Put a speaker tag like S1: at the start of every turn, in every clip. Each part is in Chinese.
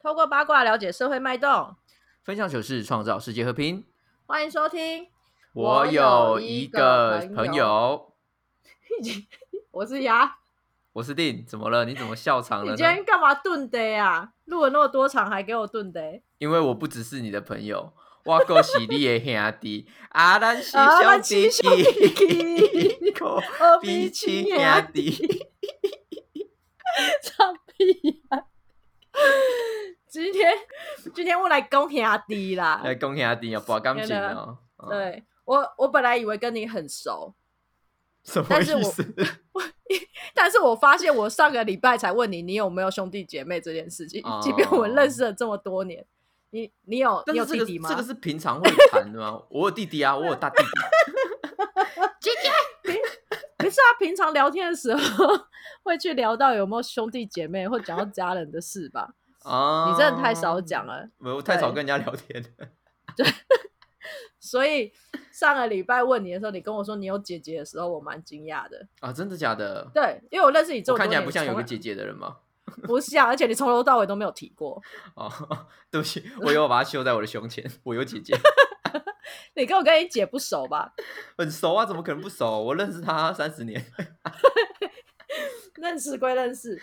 S1: 透过八卦了解社会脉动。
S2: 分享糗事，创造世界和平。
S1: 欢迎收 听，
S2: 我有一个朋友，
S1: 我是牙。
S2: 我是定，怎么了？你怎么笑场
S1: 你
S2: 了
S1: 今
S2: 呢？
S1: 天干嘛炖的呀？录了那么多场，还给我炖的？
S2: 因为我不只是你的朋友，我够是你的兄弟，啊，咱是
S1: 啊咱
S2: 兄弟，
S1: 是兄弟
S2: 可
S1: 哦
S2: 比起兄弟。
S1: 唱屁呀！今天今天我来攻兄弟啦。
S2: 来讲兄弟啊，博感情哦。哦，
S1: 对我，我本来以为跟你很熟，
S2: 什么
S1: 但是
S2: 意
S1: 我
S2: 思？
S1: 但是我发现我上个礼拜才问你，你有没有兄弟姐妹这件事情，
S2: 哦
S1: 即便我们认识了这么多年，你你有
S2: 但
S1: 你有
S2: 是这
S1: 弟
S2: 个
S1: 弟吗？
S2: 这个是平常会谈的吗？我有弟弟啊，我有 大弟弟。
S1: 可是他平常聊天的时候 会去聊到有没有兄弟姐妹，或讲到家人的事吧？
S2: 啊，
S1: 你真的太少讲，了。
S2: 没有我太少
S1: 对
S2: 跟人家聊天了。
S1: 所以上个礼拜问你的时候，你跟我说你有姐姐的时候，我蛮惊讶的。
S2: 啊，真的假的？
S1: 对，因为我认识你这
S2: 我
S1: 么多
S2: 看起
S1: 年，
S2: 来不像有个
S1: 从
S2: 姐姐的人吗？
S1: 来，不像，而且你从头到尾都没有提过。
S2: 哦， 对不起，我有把它绣在我的胸前。我有姐 姐，
S1: 你跟我跟你姐不熟吧？
S2: 很熟啊，怎么可能不熟？我认识她三十 年。
S1: 认识归认识，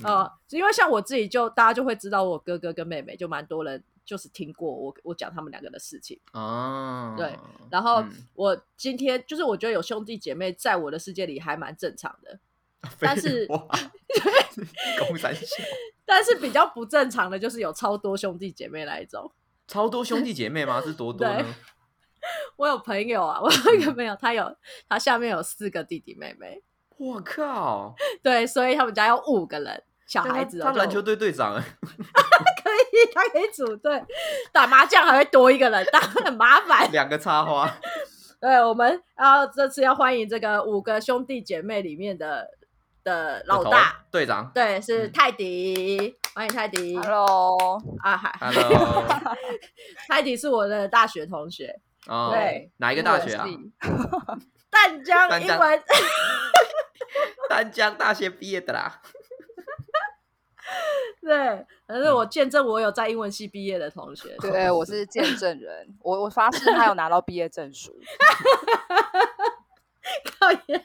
S2: 嗯
S1: 呃，因为像我自己就大家就会知道我哥哥跟妹妹，就蛮多人就是听过我我讲他们两个的事情。
S2: 哦，
S1: 对，然后
S2: 嗯
S1: 我今天就是我觉得有兄弟姐妹在我的世界里还蛮正常的，但是
S2: 哇，公三小，
S1: 但是比较不正常的就是有超多兄弟姐妹那一种。
S2: 超多兄弟姐妹吗？是多多呢
S1: 对？我有朋友啊，我有一
S2: 嗯
S1: 个朋友，他有他下面有四个弟弟妹妹，
S2: 我靠，
S1: 对，所以他们家有五个人小孩子、哦
S2: 他他篮球
S1: 就
S2: 队队长，
S1: 可以，他可以组队打麻将，还会多一个人打，很麻烦。
S2: 两个插花，
S1: 对，我们要这次要欢迎这个五个兄弟姐妹里面的的老大，
S2: 头队 长。
S1: 对，是
S2: 嗯
S1: 泰迪，欢迎泰迪
S3: Hello，
S1: 啊，嗨，
S2: Hello，
S1: 泰迪是我的大学同学，
S2: 哦，
S1: 对，
S2: 哪一个大学啊
S1: 英？ 文系？淡江
S2: 淡
S1: 英
S2: 江
S1: 文，
S2: 丹江大学毕业的啦。
S1: 对，可是
S2: 嗯
S1: 我见证我有在英文系毕业的同 学，
S3: 对，我是见证人，我我发誓他有拿到毕业证书。
S1: 靠呀！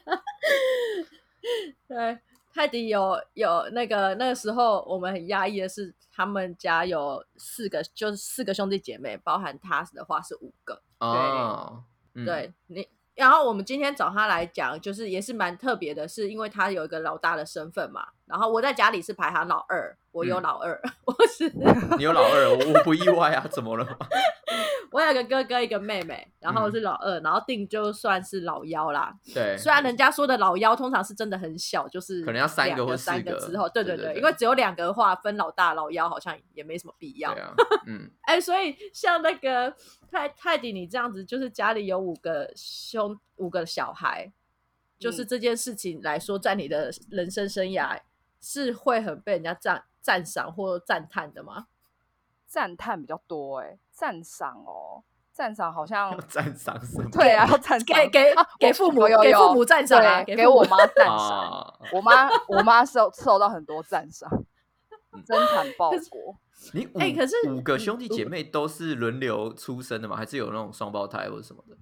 S1: 对，泰迪有有那个那个时候我们很压抑的是，他们家有四个，就是四个兄弟姐妹，包含他的话是五个。
S2: 哦，嗯，
S1: 对你，然后我们今天找他来讲，就是也是蛮特别的是，因为他有一个老大的身份嘛。然后我在家里是排行老二，我有
S2: 嗯
S1: 老二， 我是
S2: 你有老二，我我不意外啊，怎么了吗？
S1: 我有个哥哥一个妹妹，然后我是老二，然后定就算是老幺啦。
S2: 嗯对，
S1: 虽然人家说的老幺通常是真的很小，就是
S2: 可能要三个
S1: 两
S2: 或
S1: 个
S2: 四
S1: 三
S2: 个
S1: 之后，对
S2: 对
S1: 对
S2: 对对
S1: 因为只有两个的话，分老大老幺好像也没什么必要
S2: 对。啊， 嗯，
S1: 哎、所以像那个泰泰迪，你这样子，就是家里有五个兄五个小孩，就是
S3: 嗯
S1: 这件事情来说，在你的人生生涯是会很被人家赞赞赏或赞叹的吗？
S3: 赞叹比较多哎、赞赏哦，赞赏好像
S2: 要赞赏什么？
S3: 对啊，要赞赏
S1: 给给、
S3: 啊
S1: 给
S3: 我
S1: 父母
S3: 有有
S1: 给
S3: 有
S1: 父母赞赏啊，
S3: 对，
S1: 父
S3: 给
S1: 母
S3: 我妈赞赏，
S2: 啊，
S3: 我妈我妈受受到很多赞赏，
S2: 嗯
S3: 真惨 报
S1: 可是
S3: 国。
S2: 你五、
S1: 哎可是
S2: 五个
S1: 嗯
S2: 兄弟姐妹都是轮流出生的吗？还是有那种双胞胎或者什么的？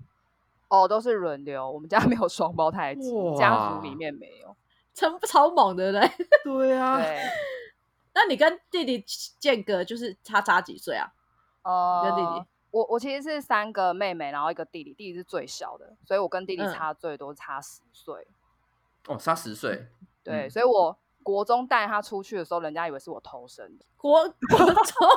S3: 哦，都是轮流，我们家没有双胞胎制，家族里
S2: 哇
S3: 面没有。
S1: 超超猛的嘞。
S2: 对啊
S3: 对，
S1: 那你跟弟弟间隔就是差差几岁啊？
S3: 哦、
S1: 你跟弟弟
S3: 我我其实是三个妹妹，然后一个弟弟，弟弟是最小的，所以我跟弟弟
S1: 嗯
S3: 差最多差十岁。
S2: 哦，差十岁，
S3: 对，
S2: 嗯
S3: 所以我国中带他出去的时候，人家以为是我偷生的。
S1: 国国中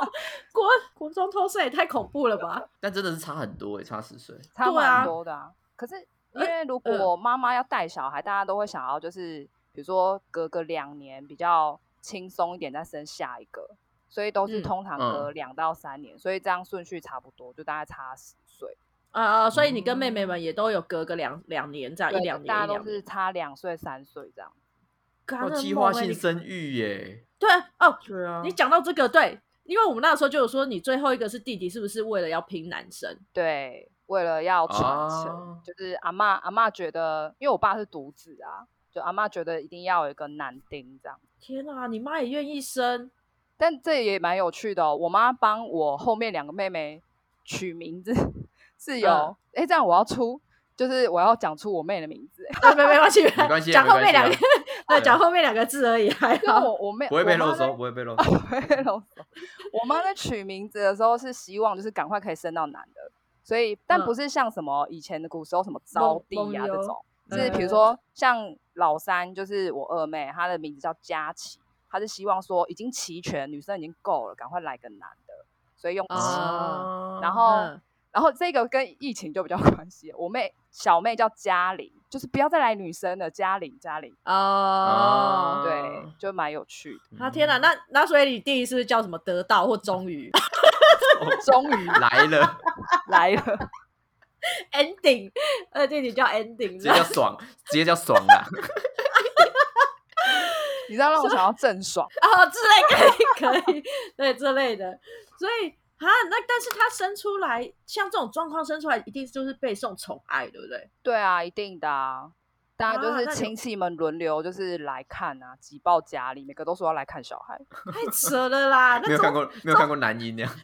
S1: 国国中偷税也太恐怖了吧？
S2: 但真的是差很多哎、差十岁。
S3: 差
S1: 对啊
S3: 蛮多的啊。可是因
S1: 呃
S3: 为如
S1: 呃
S3: 果妈妈要带小孩，大家都会想要就是，比如说隔个两年比较轻松一点，再生下一个，所以都是
S1: 嗯
S3: 通常隔两到三年，所以这样顺序差不多，就大概差十岁。
S1: 啊、所以你跟妹妹们也都有隔个两两年这样一
S3: 对，
S1: 两年，
S3: 大家
S1: 一
S3: 都
S1: 两年
S3: 是差两岁三岁这样。
S1: 干
S2: 哦，
S1: 很
S2: 计
S1: 猛
S2: 划
S1: 欸
S2: 性
S1: 你
S2: 生育耶、
S1: 对哦，
S2: 对啊
S1: 你讲到这个对，因为我们那时候就有说，你最后一个是弟弟，是不是为了要拼男生？
S3: 对，为了要传
S1: 哦
S3: 承，
S2: 啊
S3: 就是阿嬷阿嬷觉得，因为我爸是独子啊，就阿嬷觉得一定要有一个男丁这样。
S1: 天啊，你妈也愿意生，
S3: 但这也蛮有趣的哦。我妈帮我后面两个妹妹取名字，是有
S1: 嗯
S3: 哎、诶这样我要出，就是我要讲出我妹的 名字。诶
S1: 啊，没没关系，
S2: 没关系啊
S1: 讲
S2: 没
S1: 后
S2: 关
S1: 面
S2: 系啊
S1: 两个，对，讲后面两个字而已，还
S3: 因为
S1: 好。
S3: 我 我妹
S2: 不会被
S3: 我妈
S2: 漏
S3: 在
S2: 收，不会被漏
S3: 啊
S2: 收。
S3: 不会漏手。我妈在取名字的时候是希望就是赶快可以生到男的，所以但
S1: 嗯
S3: 不是像什么以前的古时候什么招
S1: 梦
S3: 娣
S1: 梦
S3: 啊
S1: 游
S3: 这种，
S1: 嗯
S3: 是比如说像老三就是我二妹，她的名字叫佳琪，她是希望说已经齐全，女生已经够了，赶快来个男的，所以用
S1: 哦
S3: 齐。
S1: 啊
S3: 然后然后这个跟疫情就比较有关系了，我妹小妹叫嘉玲，就是不要再来女生了，嘉玲嘉玲，
S1: 哦，
S3: 对
S2: 啊，
S3: 就蛮有趣的。
S1: 啊天哪，那那所以你弟是不是叫什么得到或终于
S3: 终于
S2: 来了，
S3: 来了。
S1: ending？二弟弟叫 ending，是
S2: 直接叫
S1: 吧
S2: 爽，直接叫爽啦。
S3: 你知道让我想到郑爽，
S1: 哦之类可以可以，对之类的，所以啊那但是他生出来像这种状况生出来，一定就是备受宠爱，对不对？
S3: 对啊，一定的啊。大家就
S1: 啊那
S3: 是
S1: 你
S3: 亲戚们轮流就是来看啊，挤爆家里，每个都说要来看小孩。
S1: 太扯了 啦！那
S2: 没有
S1: 通
S2: 看过，没有看过男音那样。
S1: 啊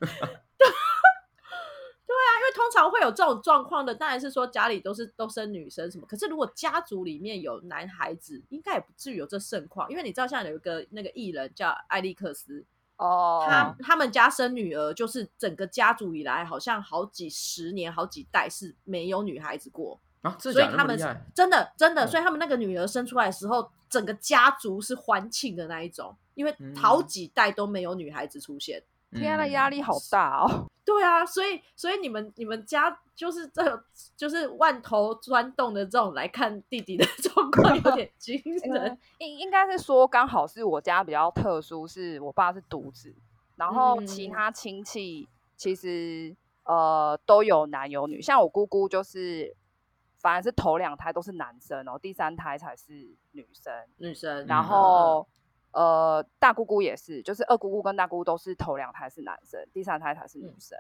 S1: 因为通常会有这种状况的，当然是说家里都是都生女生什么。可是如果家族里面有男孩子，应该也不至于有这盛况，因为你知道，像有一个那个艺人叫艾利克斯，
S3: 哦，
S1: 他他们家生女儿，就是整个家族以来好像好几十年、好几代是没有女孩子过，
S2: 啊，这
S1: 所以
S2: 讲那
S1: 他
S2: 么
S1: 们
S2: 厉
S1: 是
S2: 害，
S1: 真的真的，
S2: 嗯
S1: 所以他们那个女儿生出来的时候，整个家族是欢庆的那一种，因为好
S2: 嗯
S1: 几代都没有女孩子出现。
S3: 天啊，
S2: 嗯
S3: 压力好大哦。
S1: 对啊，所以所以你们你们家就是这种就是万头钻洞的这种来看弟弟的 状况有点 惊人
S3: 嗯，应应该是说刚好是我家比较特殊，是我爸是独子，然后其
S1: 嗯
S3: 他亲戚其实呃都有男有女，像我姑姑就是反而是头两胎都是男生，然后第三胎才是女生。
S1: 女
S2: 嗯
S1: 生，
S3: 然后、呃，大姑姑也是，就是二姑姑跟大姑都是头两胎是男生，第三胎才是女
S1: 嗯
S3: 生。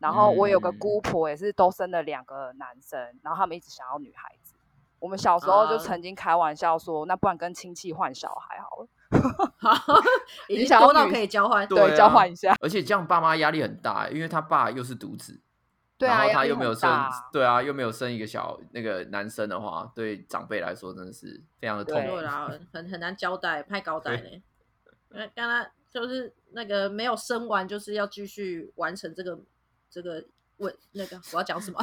S3: 然后我有个
S2: 嗯
S3: 姑婆也是都生了两个男生，然后他们一直想要女孩子。我们小时候
S1: 啊
S3: 就曾经开玩笑说，那不然跟亲戚换小孩好了，
S1: 好，已
S3: 你
S1: 经
S3: 想
S1: 多
S3: 要
S1: 到
S3: 女
S1: 可以交换，
S2: 对啊
S3: 交换一下。
S2: 而且这样爸妈压力很大，欸因为他爸又是独子，
S3: 对
S2: 然
S3: 啊，
S2: 后
S3: 压
S2: 他
S3: 力
S2: 又没
S3: 很
S2: 有生
S3: 大，
S2: 对啊，又没有生一个小那个男生的话，对长辈来说真的是非常的痛
S3: 对
S2: 苦
S1: 对。啦，很很难交代，派高代呢。那当然就是那个没有生完，就是要继续完成这个这个问那个我要讲什么？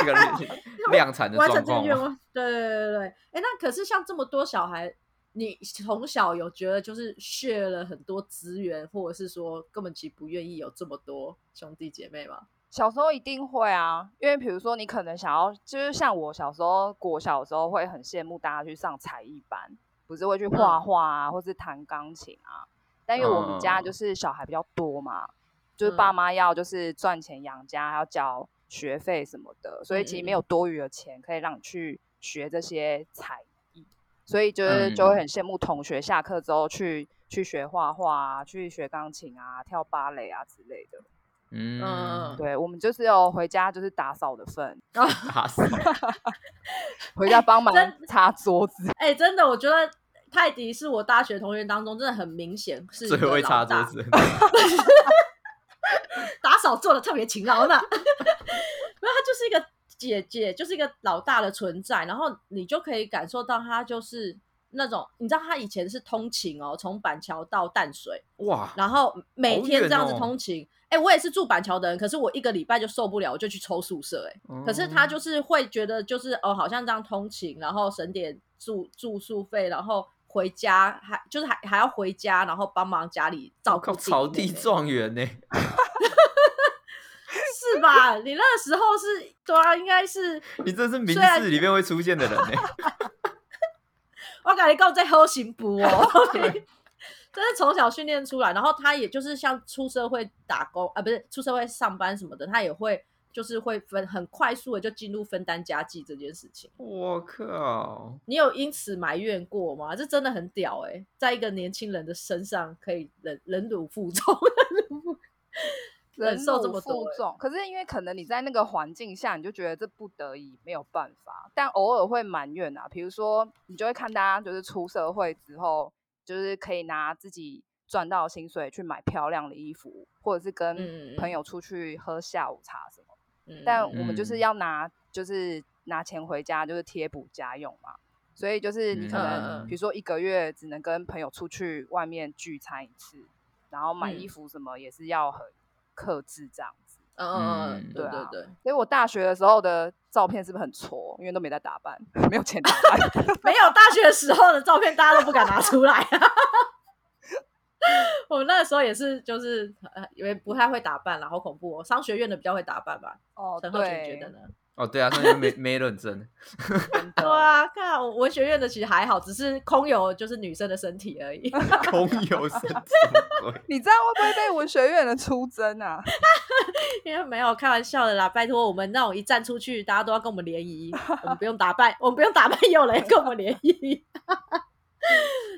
S2: 这个量 量产 的
S1: 完成
S2: 状
S1: 这个
S2: 况
S1: 愿
S2: 嘛，
S1: 望。对对对对对。哎，那可是像这么多小孩，你从小有觉得就是 share 了很多资源，或者是说根本其实不愿意有这么多兄弟姐妹吗？
S3: 小时候一定会啊，因为比如说你可能想要，就是像我小时候国小的时候会很羡慕大家去上才艺班，不是会
S2: 嗯
S3: 去画画啊，或是弹钢琴啊。但因为我们家
S2: 嗯
S3: 就是小孩比较多嘛，就是爸
S1: 嗯
S3: 妈要就是赚钱养家，还要交学费什么的，所以其实
S2: 嗯
S3: 没有多余的钱可以让你去学这些才艺，所以就是就会
S2: 嗯
S3: 很羡慕同学下课之后去去学画画啊，去学钢琴啊，跳芭蕾啊之类的。
S2: 嗯，
S3: 对，我们就是有回家就是打扫的份，
S1: 嗯
S2: 打死，
S3: 回家帮忙
S1: 哎真
S3: 擦桌子。
S1: 哎，真的，我觉得泰迪是我大学同学当中真的很明显是一
S2: 最
S1: 个
S2: 会
S1: 老
S2: 擦桌
S1: 大，
S2: 子，
S1: 打扫做的特别勤劳呢。没 有，他就是一个姐姐，就是一个老大的存在，然后你就可以感受到他就是。那种你知道他以前是通勤哦，从板桥到淡水，
S2: 哇，
S1: 然后每天这样子
S2: 好远哦
S1: 通勤。哎、我也是住板桥的人，可是我一个礼拜就受不了，我就去抽宿舍、哎、可是他就是会觉得，就是哦，好像这样通勤，然后省点住住宿费，然后回家还就是还还要回家，然后帮忙家里照
S2: 我
S1: 顾
S2: 嗯靠
S1: 自己
S2: 草
S1: 妹妹
S2: 地状元呢，
S1: 是吧？你那个时候是对啊，应该是
S2: 你这是名
S1: 虽然
S2: 字里面会出现的人 呢。
S1: 我感觉够在喝行补 哦。这是从小训练出来，然后他也就是像出社会打工啊，不是出社会上班什么的，他也会就是会分很快速的就进入分担家计这件事情。
S2: 我靠，
S1: 你有因此埋怨过吗？这真的很屌哎、在一个年轻人的身上可以忍忍辱负重， 忍辱负 忍受这
S3: 辱
S1: 么
S3: 负
S1: 多欸
S3: 重，可是因为可能你在那个环境下，你就觉得这不得已没有办法，但偶尔会埋怨啊。比如说，你就会看大家就是出社会之后，就是可以拿自己赚到薪水去买漂亮的衣服，或者是
S1: 嗯嗯
S3: 跟
S1: 嗯
S3: 朋友出去喝下午茶什么。
S1: 嗯
S3: 但我们就
S2: 嗯
S3: 是要拿，就是拿钱回家，就是贴补家用嘛。所以就是你可
S1: 嗯嗯
S3: 能，
S1: 嗯
S3: 比如说一个月只能跟朋友出去外面聚餐一次，然后买衣
S1: 嗯
S3: 服什么也是要很克制这样子。
S1: 嗯嗯嗯，
S2: 嗯
S1: 对
S3: 对啊
S1: 对对，
S3: 所以我大学的时候的照片是不是很挫？因为都没在打扮，没有钱打扮。
S1: 没有大学时候的照片，大家都不敢拿出来。我们那个时候也是，就是呃，因为不太会打扮啦，好恐怖哦。商学院的比较会打扮吧？
S3: 哦，
S1: 陈浩群觉得
S3: 对，
S1: 呢？
S2: 哦，对啊，所以没没认真。
S3: 真
S1: 对
S3: 的。
S1: 啊，看我文学院的其实还好，只是空有就是女生的身体而已。
S2: 空有神，什么鬼？
S3: 你这样会不会被文学院的出征啊？
S1: 因为没有开玩笑的啦，拜托我们那种一站出去，大家都要跟我们联谊，我们不用打扮，我们不用打扮，也有人跟我们联谊。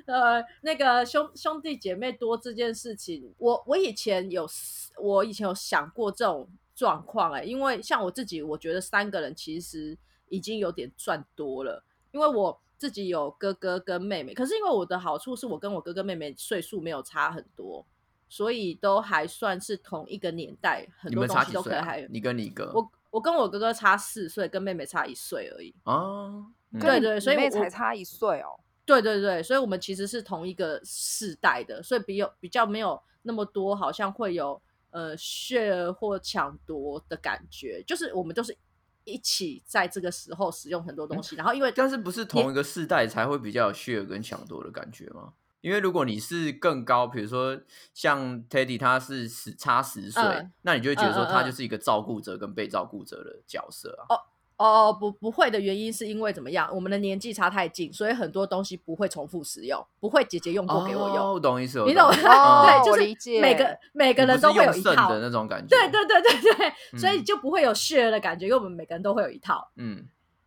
S1: 呃，那个兄兄弟姐妹多这件事情，我我以前有思我以前有想过这种状况哎、因为像我自己，我觉得三个人其实已经有点赚多了，因为我自己有哥哥跟妹妹，可是因为我的好处是我跟我哥哥妹妹岁数没有差很多，所以都还算是同一个年代，很
S2: 你
S1: 多
S2: 们
S1: 东
S2: 差
S1: 西
S2: 几
S1: 都可
S2: 岁
S1: 以
S2: 啊
S1: 还。？
S2: 你跟你哥？
S1: 我我跟我哥哥差四岁，跟妹妹差一岁而已。
S2: 哦，嗯
S1: 对
S3: 跟
S1: 对
S3: 你
S1: 所以
S3: 妹
S1: 我
S3: 才差一岁哦。
S1: 对对对，所以我们其实是同一个世代的，所以比有比较没有那么多，好像会有呃血或抢夺的感觉，就是我们都是一起在这个时候使用很多东西，然后因为
S2: 但是不是同一个世代才会比较有 share 跟抢夺的感觉吗？因为如果你是更高，比如说像 Teddy 他是十差十岁，
S1: 嗯
S2: 那你就会觉得说
S1: 嗯嗯嗯
S2: 他就是一个照顾者跟被照顾者的角色啊。
S1: 哦不不会的原因是因为怎么样，我们的年纪差太近，所以很多东西不会重复使用，不会姐姐用过给我用，
S2: 哦我懂意思，
S1: 你懂？
S2: 我意思嗯
S3: 哦
S1: 对，就
S3: 我理
S1: 是
S3: 解
S1: 每个每个人都会有一
S2: 你不是用剩
S1: 套
S2: 的。那种感觉。
S1: 对，对对对对，所以
S2: 嗯
S1: 就不会有 share 的感觉，因为我们每个人都会有一套。
S2: 嗯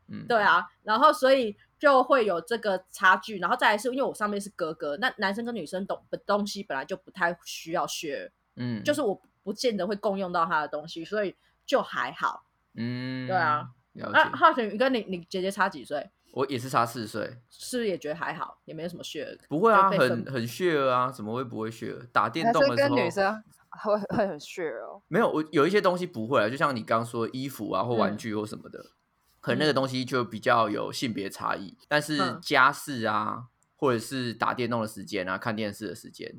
S2: 嗯，
S1: 对啊，然后所以就会有这个差距，然后再来是因为我上面是哥哥，那男生跟女生懂的东西本来就不太需要学，
S2: 嗯，
S1: 就是我不见得会共用到他的东西，所以就还好。
S2: 嗯，
S1: 对啊，
S2: 了
S1: 那
S2: 解。
S1: 浩群，你跟你你姐姐差几岁？
S2: 我也是差四岁，
S1: 是不是也觉得还好，也没有什么 share？
S2: 不会啊，
S1: 就被分
S2: 很很 share 啊，怎么会不会 share？打电
S3: 男
S2: 动
S3: 生
S2: 的时
S3: 跟
S2: 候，
S3: 女生会会很 share 哦。
S2: 没有，我有一些东西不会啊，就像你刚说衣服啊或
S1: 嗯
S2: 玩具或什么的，可能那个东西就比较有性别差异。但是
S1: 嗯
S2: 家事啊，或者是打电动的时间啊、看电视的时间，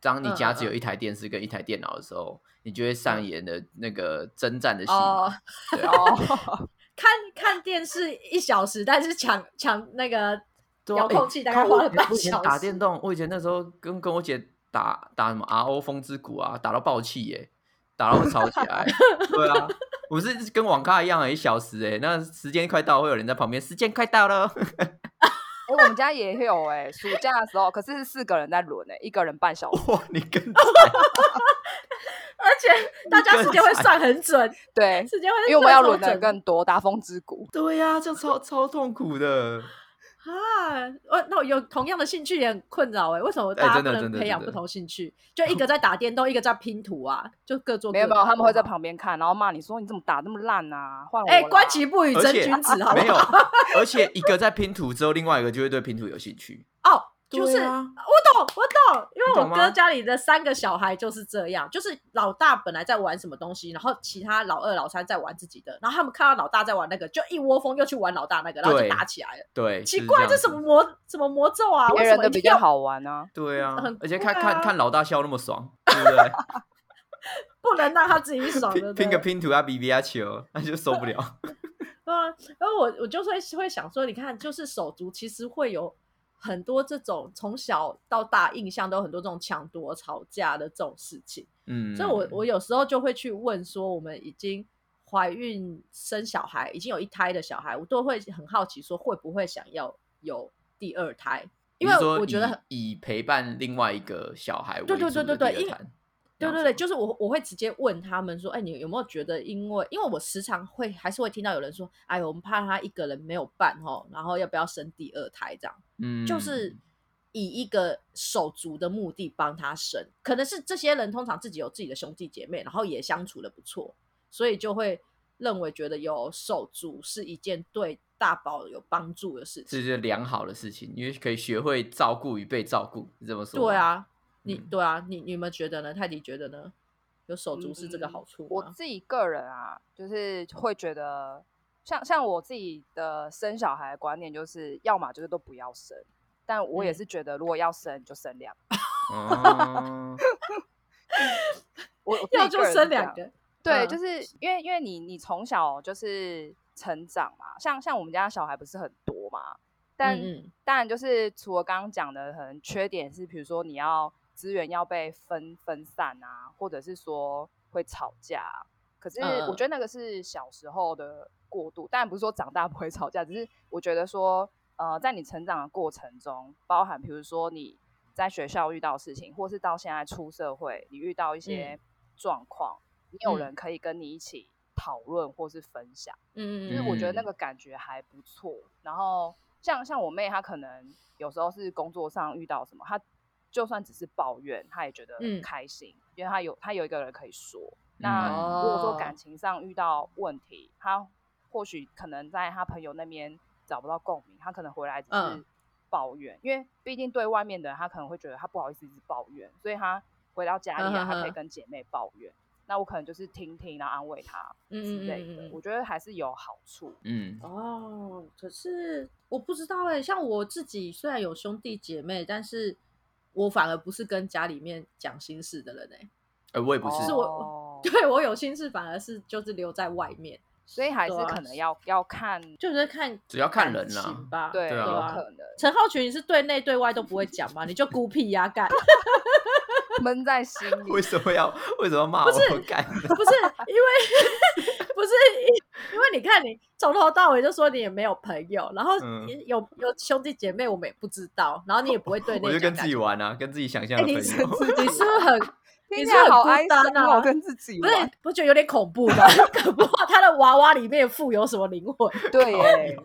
S2: 当
S1: 嗯
S2: 你家只有一台电视跟一台电脑的时候，你就会上演的那个征战的戏嘛。
S1: 哦
S2: 对 啊，
S3: 哦，
S1: 看看电视一小时，但是抢抢那个
S2: 对啊
S1: 遥控
S2: 欸
S1: 器大概
S2: 看我
S1: 花了半
S2: 我以前
S1: 小
S2: 打
S1: 时
S2: 电动，我以前那时候跟跟我姐打打什么 RO 风之谷啊，打到爆气耶、打到会吵起来。对啊，我是跟网咖一样、欸，一小时哎、那时间快到，会有人在旁边，时间快到了。
S3: 哎、我们家也有哎、暑假的时候，可是是四个人在轮哎、一个人半小时。
S2: 哇，你更惨
S1: 而且大家时间会算很准，
S3: 对，
S1: 时间会
S3: 因为我们要
S1: 算
S3: 轮
S1: 超
S3: 的
S1: 准
S3: 更多，打风之谷。
S2: 对呀、这样超超痛苦的。
S1: 啊，哦，那我有同样的兴趣也很困扰哎，为什么
S2: 哎
S1: 大家
S2: 真
S1: 不
S2: 的
S1: 能
S2: 真的
S1: 培养
S2: 真
S1: 不
S2: 的
S1: 同兴趣？就 一个在打电动，一个在拼图啊，就各做
S3: 没有
S1: 各
S3: 没
S1: 的
S3: 有，他们会在
S1: 好不好
S3: 旁边看，然后骂你说你怎么打那么烂啊，换我啦。
S1: 哎，观其不语
S2: 而
S1: 真
S2: 且啊
S1: 君子，好不
S2: 没有
S1: 好？，
S2: 而且一个在拼图之后，另外一个就会对拼图有兴趣。
S1: 哦， 就是
S2: 对啊，
S1: 我懂，我懂，因为
S2: 你
S1: 我
S2: 懂啊
S1: 哥
S2: 吗
S1: 家里的三个小孩就是这样，就是老大本来在玩什么东西，然后其他老二、老三在玩自己的，然后他们看到老大在玩那个，就一窝蜂又去玩老大那个，然后就
S2: 对
S1: 打起来了。
S2: 对，
S1: 奇
S2: 就是
S1: 怪，
S2: 样
S1: 这什么
S2: 子？
S1: 魔什么魔咒啊？
S3: 别
S1: 为什
S3: 人
S1: 么
S3: 的
S1: 一
S3: 比
S1: 定
S3: 较
S1: 要
S3: 好玩啊。
S2: 对啊
S1: 很，
S2: 而且
S1: 贵
S2: 看
S1: 啊
S2: 看看老大笑那么爽，对 不对？
S1: 不能让他自己爽的？哦对
S2: 拼
S1: 不
S2: 拼
S1: 对
S2: 个拼图啊，比比啊球，那就受不了。
S1: 对啊，然后我我就是会会想说，你看，就是手足其实会有很多这种从小到大印象都有很多这种抢夺、吵架的这种事情，
S2: 嗯，
S1: 所以我我有时候就会去问说，我们已经怀孕生小孩，已经有一胎的小孩，我都会很好奇说会不会想要有第二胎，因
S2: 你
S1: 为
S2: 是说
S1: 我觉得很。
S2: 以以陪伴另外一个小孩为
S1: 对对
S2: 主
S1: 对
S2: 的
S1: 对对
S2: 第
S1: 因
S2: 二谈
S1: 对
S2: 这样
S1: 对
S2: 子
S1: 对，就是我我会直接问他们说，哎，你有没有觉得，因为因为我时常会还是会听到有人说，哎，我们怕他一个人没有伴哦，然后要不要生第二胎这样，
S2: 嗯，
S1: 就是以一个手足的目的帮他生，可能是这些人通常自己有自己的兄弟姐妹，然后也相处的不错，所以就会认为觉得有手足是一件对大宝有帮助的事
S2: 这
S1: 情。
S2: 是良好的事情，因为可以学会照顾与被照顾，是这么说。
S1: 对，啊，你
S2: 嗯
S1: 对啊，你你们觉得呢？泰迪觉得呢？有手足是这个好处
S3: 嗯我
S1: 吗？
S3: 自己个人啊，就是会觉得，像像我自己的生小孩的观念，就是要么就是都不要生，但我也
S1: 嗯
S3: 是觉得，如果要生就生两个，
S2: 哦，
S3: 我我自
S1: 要
S3: 己
S1: 就
S3: 个人
S1: 生
S3: 是这
S1: 两
S3: 样
S1: 个，
S3: 对，
S1: 嗯
S3: 就是因为因为你你从小就是成长嘛，像像我们家小孩不是很多嘛，但
S1: 嗯嗯
S3: 当然就是除了刚刚讲的，可能缺点是，比如说你要资源要被分分散啊，或者是说会吵架啊、可是
S1: 嗯嗯
S3: 我觉得那个是小时候的过渡，当然不是说长大不会吵架，只是我觉得说，呃，在你成长的过程中，包含比如说你在学校遇到的事情，或是到现在出社会，你遇到一些状况，你
S1: 嗯
S3: 有人可以跟你一起讨论或是分享。
S1: 嗯嗯
S3: 就是
S1: 嗯
S3: 我觉得那
S2: 嗯
S3: 个感觉还不错。然后像像我妹，她可能有时候是工作上遇到什么，她就算只是抱怨，她也觉得
S1: 嗯
S3: 很开心，因为她有她有一个人可以说。
S2: 嗯
S3: 那如果说
S1: 哦
S3: 感情上遇到问题，她或许可能在她朋友那边找不到共鸣，她可能回来只
S1: 嗯
S3: 是抱怨，因为毕竟对外面的人，她可能会觉得她不好意思一直抱怨，所以她回到家里来，啊她可以
S1: 嗯
S3: 跟姐妹抱怨。那我可能就是听听，然后安慰她之
S1: 嗯
S3: 类的，我觉得还是有好处。
S2: 嗯，
S1: 哦，可是我不知道哎、像我自己虽然有兄弟姐妹，但是我反而不是跟家里面讲心事的人哎、
S2: 呃，我也不
S3: 哦，
S2: 是，
S1: 是我 对我有心事反而是就是留在外面，
S3: 所以还是
S1: 对啊
S3: 可能要要看，
S1: 就是看
S2: 主要看人
S1: 感
S2: 啦
S1: 情吧，
S3: 对，
S2: 对
S3: 有
S2: 啊
S3: 可能
S1: 陈浩群，你是对内对外都不会讲吗？你就孤僻呀、干
S3: 闷在心里。
S2: 为什么要为什么要骂我？ 干，
S1: 不是因为 不是因因为你看你从头到尾就说你也没有朋友，然后
S2: 嗯
S1: 你有、有兄弟姐妹我们也不知道，然后你也不会对内
S2: 我就
S1: 讲
S2: 跟
S1: 感
S2: 自己
S1: 情
S2: 玩啊，跟自己想象
S1: 哎、
S2: 的
S1: 你
S2: 朋
S1: 是
S2: 友。
S1: 你是不是很
S3: 听
S1: 你
S3: 起
S1: 是
S3: 来
S1: 很
S3: 好
S1: 孤
S3: 哀
S1: 单
S3: 伤
S1: 啊
S3: 哦，跟自己
S1: 不
S3: 玩
S1: 是不觉得有点恐怖吗？ 搞不好他的娃娃里面附有什么灵魂，
S3: 对耶，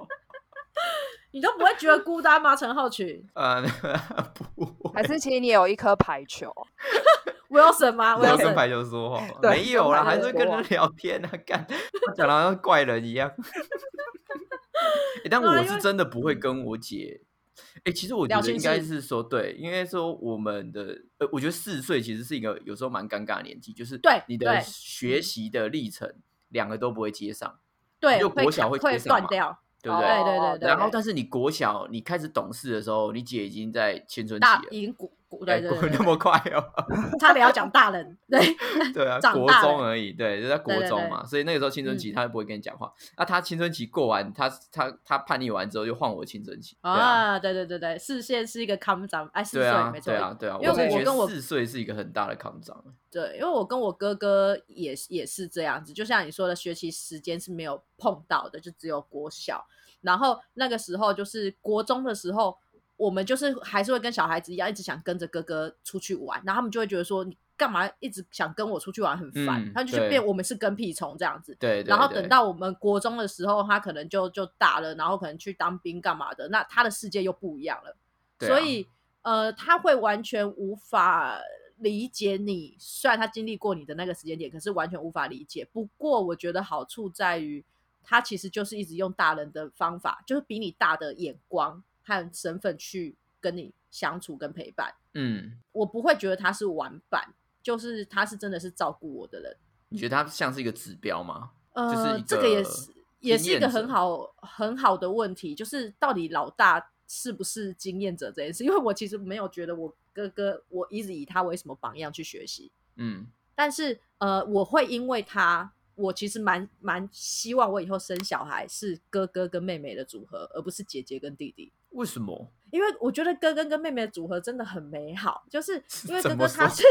S1: 你都不会觉得孤单吗？陈浩群
S2: 呃， 不会，
S3: 还是其实你有一颗排球，
S1: Wilson 吗
S2: 我要跟
S1: ？Wilson
S2: 排球说话吗，
S3: 对
S2: 没有啦，
S3: 跟
S2: 还
S3: 排球
S2: 是跟
S3: 说话
S2: 人聊天啊，干，讲的像怪人一样。 欸但
S1: 对啊
S2: 我
S1: 因
S2: 是
S1: 为
S2: 真的不会跟我姐。哎、其实我觉
S1: 聊
S2: 得应
S1: 心
S2: 该
S1: 事
S2: 是说，对，应该说我们的，呃，我觉得四岁其实是一个有时候蛮尴尬的年纪，就是
S1: 对
S2: 你
S1: 对
S2: 的学习的历程，两个都不会接上，
S1: 对，
S2: 就
S1: 会
S2: 国小
S1: 会
S2: 会接上
S1: 断
S2: 嘛
S1: 掉，
S2: 对不对？
S1: 哦对对对
S2: 然后，但是你国小你开始懂事的时候，你姐已经在青春期
S1: 大
S2: 了，
S1: 已经鼓鼓
S2: 哎
S1: 对对
S2: 过
S1: 对
S2: 那
S1: 对，
S2: 么快哦，
S1: 差点要讲大人，对，
S2: 对啊，
S1: 长
S2: 国
S1: 大
S2: 中
S1: 了
S2: 而已，对，就在国
S1: 对对
S2: 中
S1: 对嗯
S2: 嘛，所以那个时候青春期他就不会跟你讲话。那、他青春期过完，他他他叛逆完之后就换我青春期，对啊，
S1: 啊，对对对对，视线是一个康长，哎，四
S2: 对
S1: 岁
S2: 啊，
S1: 没错
S2: 对，啊，对啊，
S1: 因为
S2: 真的
S1: 我
S2: 觉
S1: 跟我
S2: 得四岁是一个很大的抗涨，
S1: 对，因为我跟我哥哥也是也是这样子，就像你说的，学习时间是没有碰到的，就只有国小。然后那个时候就是国中的时候，我们就是还是会跟小孩子一样，一直想跟着哥哥出去玩，然后他们就会觉得说你干嘛一直想跟我出去玩，很烦，
S2: 嗯
S1: 他们就就
S2: 对
S1: 变我们是跟屁虫这样子。
S2: 对，对
S1: 然后
S2: 对
S1: 等到我们国中的时候，他可能就就大了，然后可能去当兵干嘛的，那他的世界又不一样了。
S2: 对
S1: 所
S2: 啊
S1: 以呃，他会完全无法理解你。虽然他经历过你的那个时间点，可是完全无法理解。不过我觉得好处在于，他其实就是一直用大人的方法，就是比你大的眼光和身份去跟你相处跟陪伴。
S2: 嗯，
S1: 我不会觉得他是玩伴，就是他是真的是照顾我的人。
S2: 你觉得他像是一个指标吗？就是
S1: 呃，
S2: 一
S1: 这个也
S2: 个
S1: 是也
S2: 经
S1: 是一
S2: 验
S1: 个很
S2: 者
S1: 好很好的问题，就是到底老大是不是经验者这件事？因为我其实没有觉得我哥哥，我一直以他为什么榜样去学习，
S2: 嗯，
S1: 但是呃，我会因为他，我其实蛮蛮希望我以后生小孩是哥哥跟妹妹的组合，而不是姐姐跟弟弟。
S2: 为什么？
S1: 因为我觉得哥哥跟妹妹的组合真的很美好， 就是因为哥
S2: 怎
S1: 哥
S2: 么
S1: 他
S2: 说
S1: 是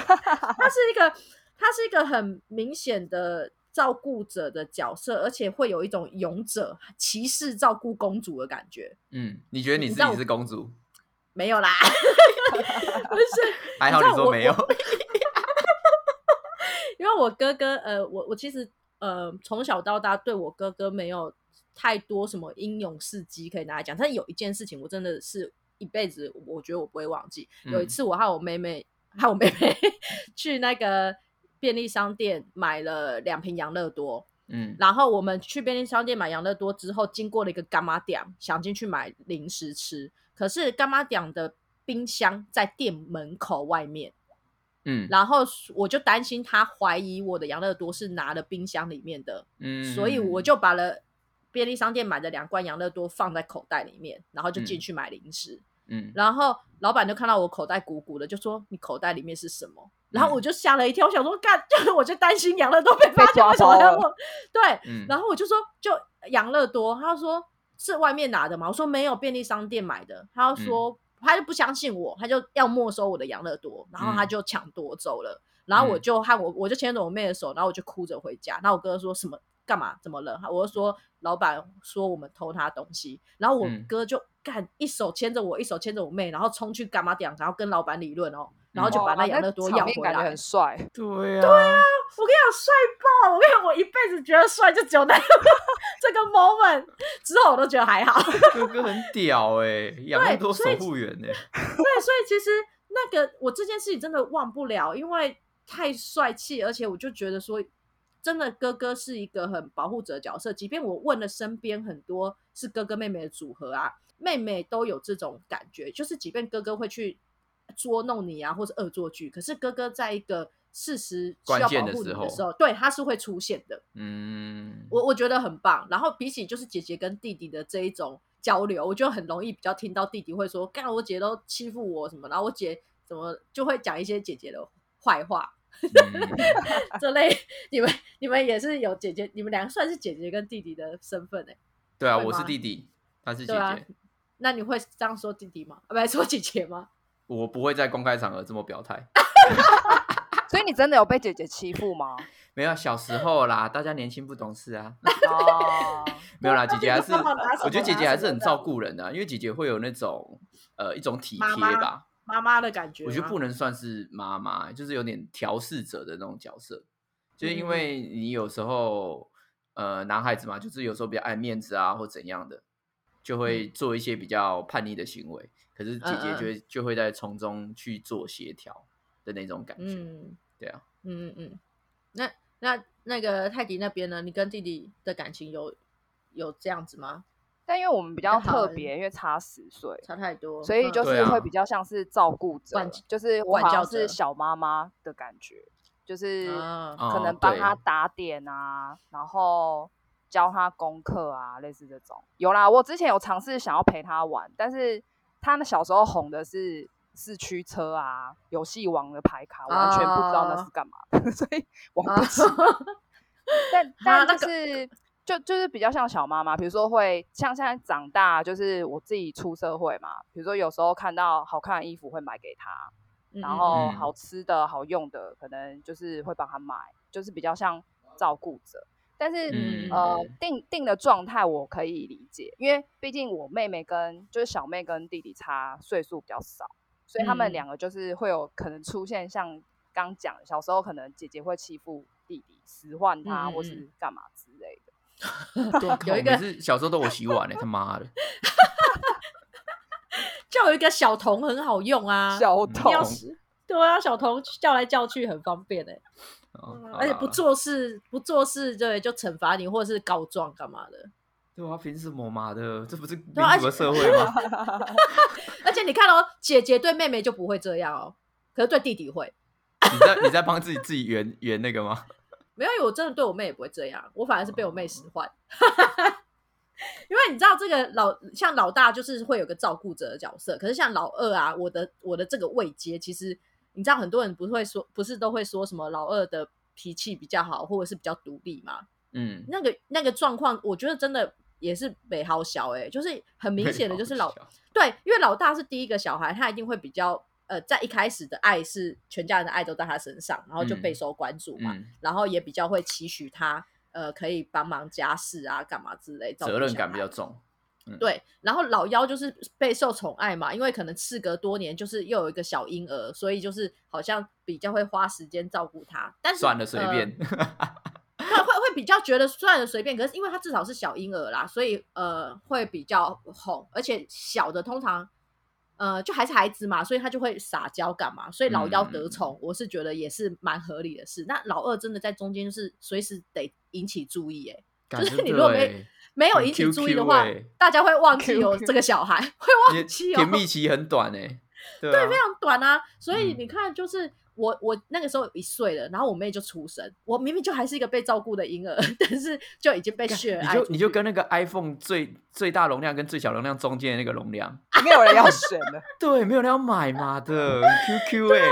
S1: 他是一个他是一个很明显的照顾者的角色，而且会有一种勇者骑士照顾公主的感觉。
S2: 嗯，你觉得
S1: 你
S2: 你
S1: 知
S2: 自
S1: 道
S2: 己
S1: 我
S2: 是公主？
S1: 没有啦，不是，
S2: 还
S1: 你
S2: 好
S1: 知道
S2: 说
S1: 我
S2: 没有，
S1: 因为我哥哥呃，我我其实呃从小到大对我哥哥没有太多什么英勇事迹可以拿来讲，但是有一件事情我真的是一辈子我觉得我不会忘记，有一
S2: 嗯
S1: 次我和我妹妹和我妹 妹去那个便利商店买了两瓶养乐多，
S2: 嗯
S1: 然后我们去便利商店买养乐多之后，经过了一个干妈店，想进去买零食吃，可是干妈店的。冰箱在店门口外面，
S2: 嗯
S1: 然后我就担心他怀疑我的养乐多是拿了冰箱里面的，
S2: 嗯，
S1: 所以我
S2: 嗯
S1: 就把了便利商店买的两罐养乐多放在口袋里面，然后就进
S2: 嗯
S1: 去买零食。
S2: 嗯
S1: 然后老板就看到我口袋鼓鼓的，就说你口袋里面是什么？然
S2: 嗯
S1: 后我就吓了一跳，我想说干， 就是我就担心养乐多被发现，
S3: 抓
S1: 为什么
S3: 包
S1: 要
S3: 了
S1: 问？对，
S2: 嗯，
S1: 然后我就说就养乐多，他说是外面拿的嘛，我说没有，便利商店买的。
S3: 嗯
S1: 他就说、他就不相信我，他就要没收我的养乐多，然后他
S2: 嗯
S1: 就抢夺走了。然后我
S2: 嗯
S1: 就和我我就牵着我妹的手，然后我就哭着回家。然后我哥说什么干嘛怎么了？我就说老板说我们偷他东西，然后我
S2: 嗯
S1: 哥就干一手牵着我，一手牵着我妹，然后冲去干嘛点，然后跟老板理论哦，然后就
S2: 嗯
S1: 把
S3: 哇
S1: 那养乐多
S3: 场
S1: 要
S3: 面
S1: 回
S3: 感觉
S1: 来
S3: 很。 帅，
S2: 对呀，对啊，
S1: 我跟你讲，帅爆！我跟你讲，我一辈子觉得帅就只有那个 这个 moment，之后我都觉得还好。 对，
S2: 哥哥很屌哎，养那么多守
S1: 所以
S2: 护员呢，欸
S1: 所以其实那个我这件事情真的忘不了，因为太帅气，而且我就觉得说，真的哥哥是一个很保护者的角色。即便我问了身边很多是哥哥妹妹的组合啊，妹妹都有这种感觉，就是即便哥哥会去捉弄你啊，或者恶作剧，可是哥哥在一个事实需
S2: 关
S1: 要
S2: 键
S1: 保
S2: 的
S1: 护
S2: 时
S1: 你的
S2: 候
S1: 时候，对他是会出现的。
S2: 嗯，
S1: 我我觉得很棒。然后比起就是姐姐跟弟弟的这一种交流，我就很容易比较听到弟弟会说：“干，我姐都欺负我什么。”然后我姐怎么就会讲一些姐姐的坏话
S2: 嗯
S1: 这类。你们你们也是有姐姐，你们俩算是姐姐跟弟弟的身份哎、
S2: 对啊，
S1: 会
S2: 我是
S1: 吗
S2: 弟弟，他是姐
S1: 对啊
S2: 姐，
S1: 那你会这样说弟弟吗？啊，不，说姐姐吗？
S2: 我不会在公开场合这么表 态。
S3: 所以你真的有被姐姐欺 负吗？
S2: 没有，啊小时候啦，大家年轻不懂事啊。
S3: 哦，
S2: 没有啦，姐姐还是，
S1: 爸爸拿什么
S2: 我觉得姐姐还是很
S1: 拿什么
S2: 照顾人的、啊因为姐姐会有那种呃一种体
S1: 妈
S2: 贴
S1: 妈
S2: 吧，
S1: 妈妈的感觉吗，
S2: 我觉得不能算是妈妈，就是有点调试者的那种角色，就是
S1: 嗯
S2: 因为你有时候呃男孩子嘛，就是有时候比较爱面子啊或怎样的，就会做一些比较叛逆的行为，可是姐姐
S1: 嗯嗯嗯
S2: 就会就会在从中去做协调的那种感觉，
S1: 嗯，
S2: 对啊，
S1: 嗯嗯嗯。那那那个泰迪那边呢？你跟弟弟的感情有有这样子吗？
S3: 但因为我们比
S1: 跟好
S3: 较特
S1: 人
S3: 别，因为差十岁，
S1: 差太多，
S3: 所以
S1: 嗯
S3: 就是
S2: 对啊
S3: 会比较像是照顾者，
S1: 管
S3: 就是我
S1: 管
S3: 好
S1: 教
S3: 像是
S1: 者
S3: 小妈妈的感觉，就是
S1: 啊
S3: 可能
S2: 哦
S3: 帮
S2: 对
S3: 他打点啊，然后教他功课啊，类似这种。有啦，我之前有尝试想要陪他玩，但是他那小时候红的是四驱车啊、游戏王的牌卡，我完全不知道那
S1: 啊
S3: 是干嘛的， 所以我
S1: 啊
S3: 不知 但
S1: 啊
S3: 但
S1: 那
S3: 就
S1: 个
S3: 是、就就是比较像小妈妈，比如说会像现在长大，就是我自己出社会嘛，比如说有时候看到好看的衣服会买给他，
S1: 嗯
S3: 然后
S2: 嗯
S3: 好吃的好用的可能就是会帮他买，就是比较像照顾者。但是、
S1: 嗯
S3: 呃，定定的状态我可以理解，因为毕竟我妹妹跟就是小妹跟弟弟差岁数比较少，所以他
S1: 嗯
S3: 们两个就是会有可能出现像刚讲的，小时候可能姐姐会欺负弟弟，使唤他、
S1: 嗯嗯
S3: 或
S1: 嗯
S3: 是干嘛之类的。
S1: 啊有一
S2: 我每
S1: 个
S2: 次小时候都我洗碗欸呢、他妈 的，
S1: 叫有一个小童很好用啊，
S3: 小
S2: 嗯
S3: 童
S1: 要 是对啊，小童叫来叫去很方便哎、
S2: 哦好啦
S1: 而且
S2: 好
S1: 不
S2: 啦
S1: 做事不做事对就惩罚你或者是告状干嘛的，
S2: 对啊，凭什么嘛的？这不是民
S1: 对啊
S2: 主
S1: 而
S2: 的
S1: 且
S2: 社会 吗？
S1: 而且你看哦，姐姐对妹妹就不会这样哦，可是对弟弟会。
S2: 你在你在帮自己自己圆圆那个吗？
S1: 没有，因为我真的对我妹也不会这样，我反而是被我妹使唤。 因为你知道，这个老像老大就是会有个照顾者的角色，可是像老二啊，我的我的这个位阶，其实你知道，很多人不会说，不是都会说什么老二的脾气比较好，或者是比较独立嘛？
S2: 嗯，
S1: 那个那个状况，我觉得真的也是北好小哎、就是很明显的，就是老 对，因为老大是第一个小孩，他一定会比较呃，在一开始的爱是全家人的爱都在他身上，然后就
S2: 嗯
S1: 备受关注嘛。
S2: 嗯，
S1: 然后也比较会期许他呃可以帮忙家事啊、干嘛之类，照顾
S2: 责任
S1: 小
S2: 感
S1: 孩
S2: 比较重。
S1: 对。然后老幺就是备受宠爱嘛，因为可能事隔多年，就是又有一个小婴儿，所以就是好像比较会花时间照顾他。 但是
S2: 算了，随
S1: 呃
S2: 便。
S1: 会会会比较觉得算了随便，可是因为他至少是小婴儿啦，所以呃会比较哄，而且小的通常呃就还是孩子嘛，所以他就会撒娇干嘛，所以老幺
S2: 嗯
S1: 得宠，我是觉得也是蛮合理的事。那老二真的在中间就是随时得引起注意、欸，
S2: 感
S1: 就是
S2: 觉
S1: 你如果
S2: 对
S1: 没没有引起注意的话，
S2: 很 QQ 嗯欸
S1: 大家会忘记
S3: QQ
S1: 有这个小孩，会
S2: 你
S1: 忘记哦。
S2: 甜蜜期很短哎，对
S1: 对，
S2: 啊
S1: 非常短啊。所以
S2: 嗯
S1: 你看，就是我我那个时候一岁了，然后我妹就出生，我明明就还是一个被照顾的婴儿， 但是就已经被血
S2: 你
S1: 爱
S2: 就
S1: 出
S2: 你
S1: 去
S2: 就跟那个 iPhone 最最大容量跟最小容量中间的那个容量，
S3: 没有人要选了。
S2: 对，没有人要买嘛的 QQ
S1: 啊
S2: 哎、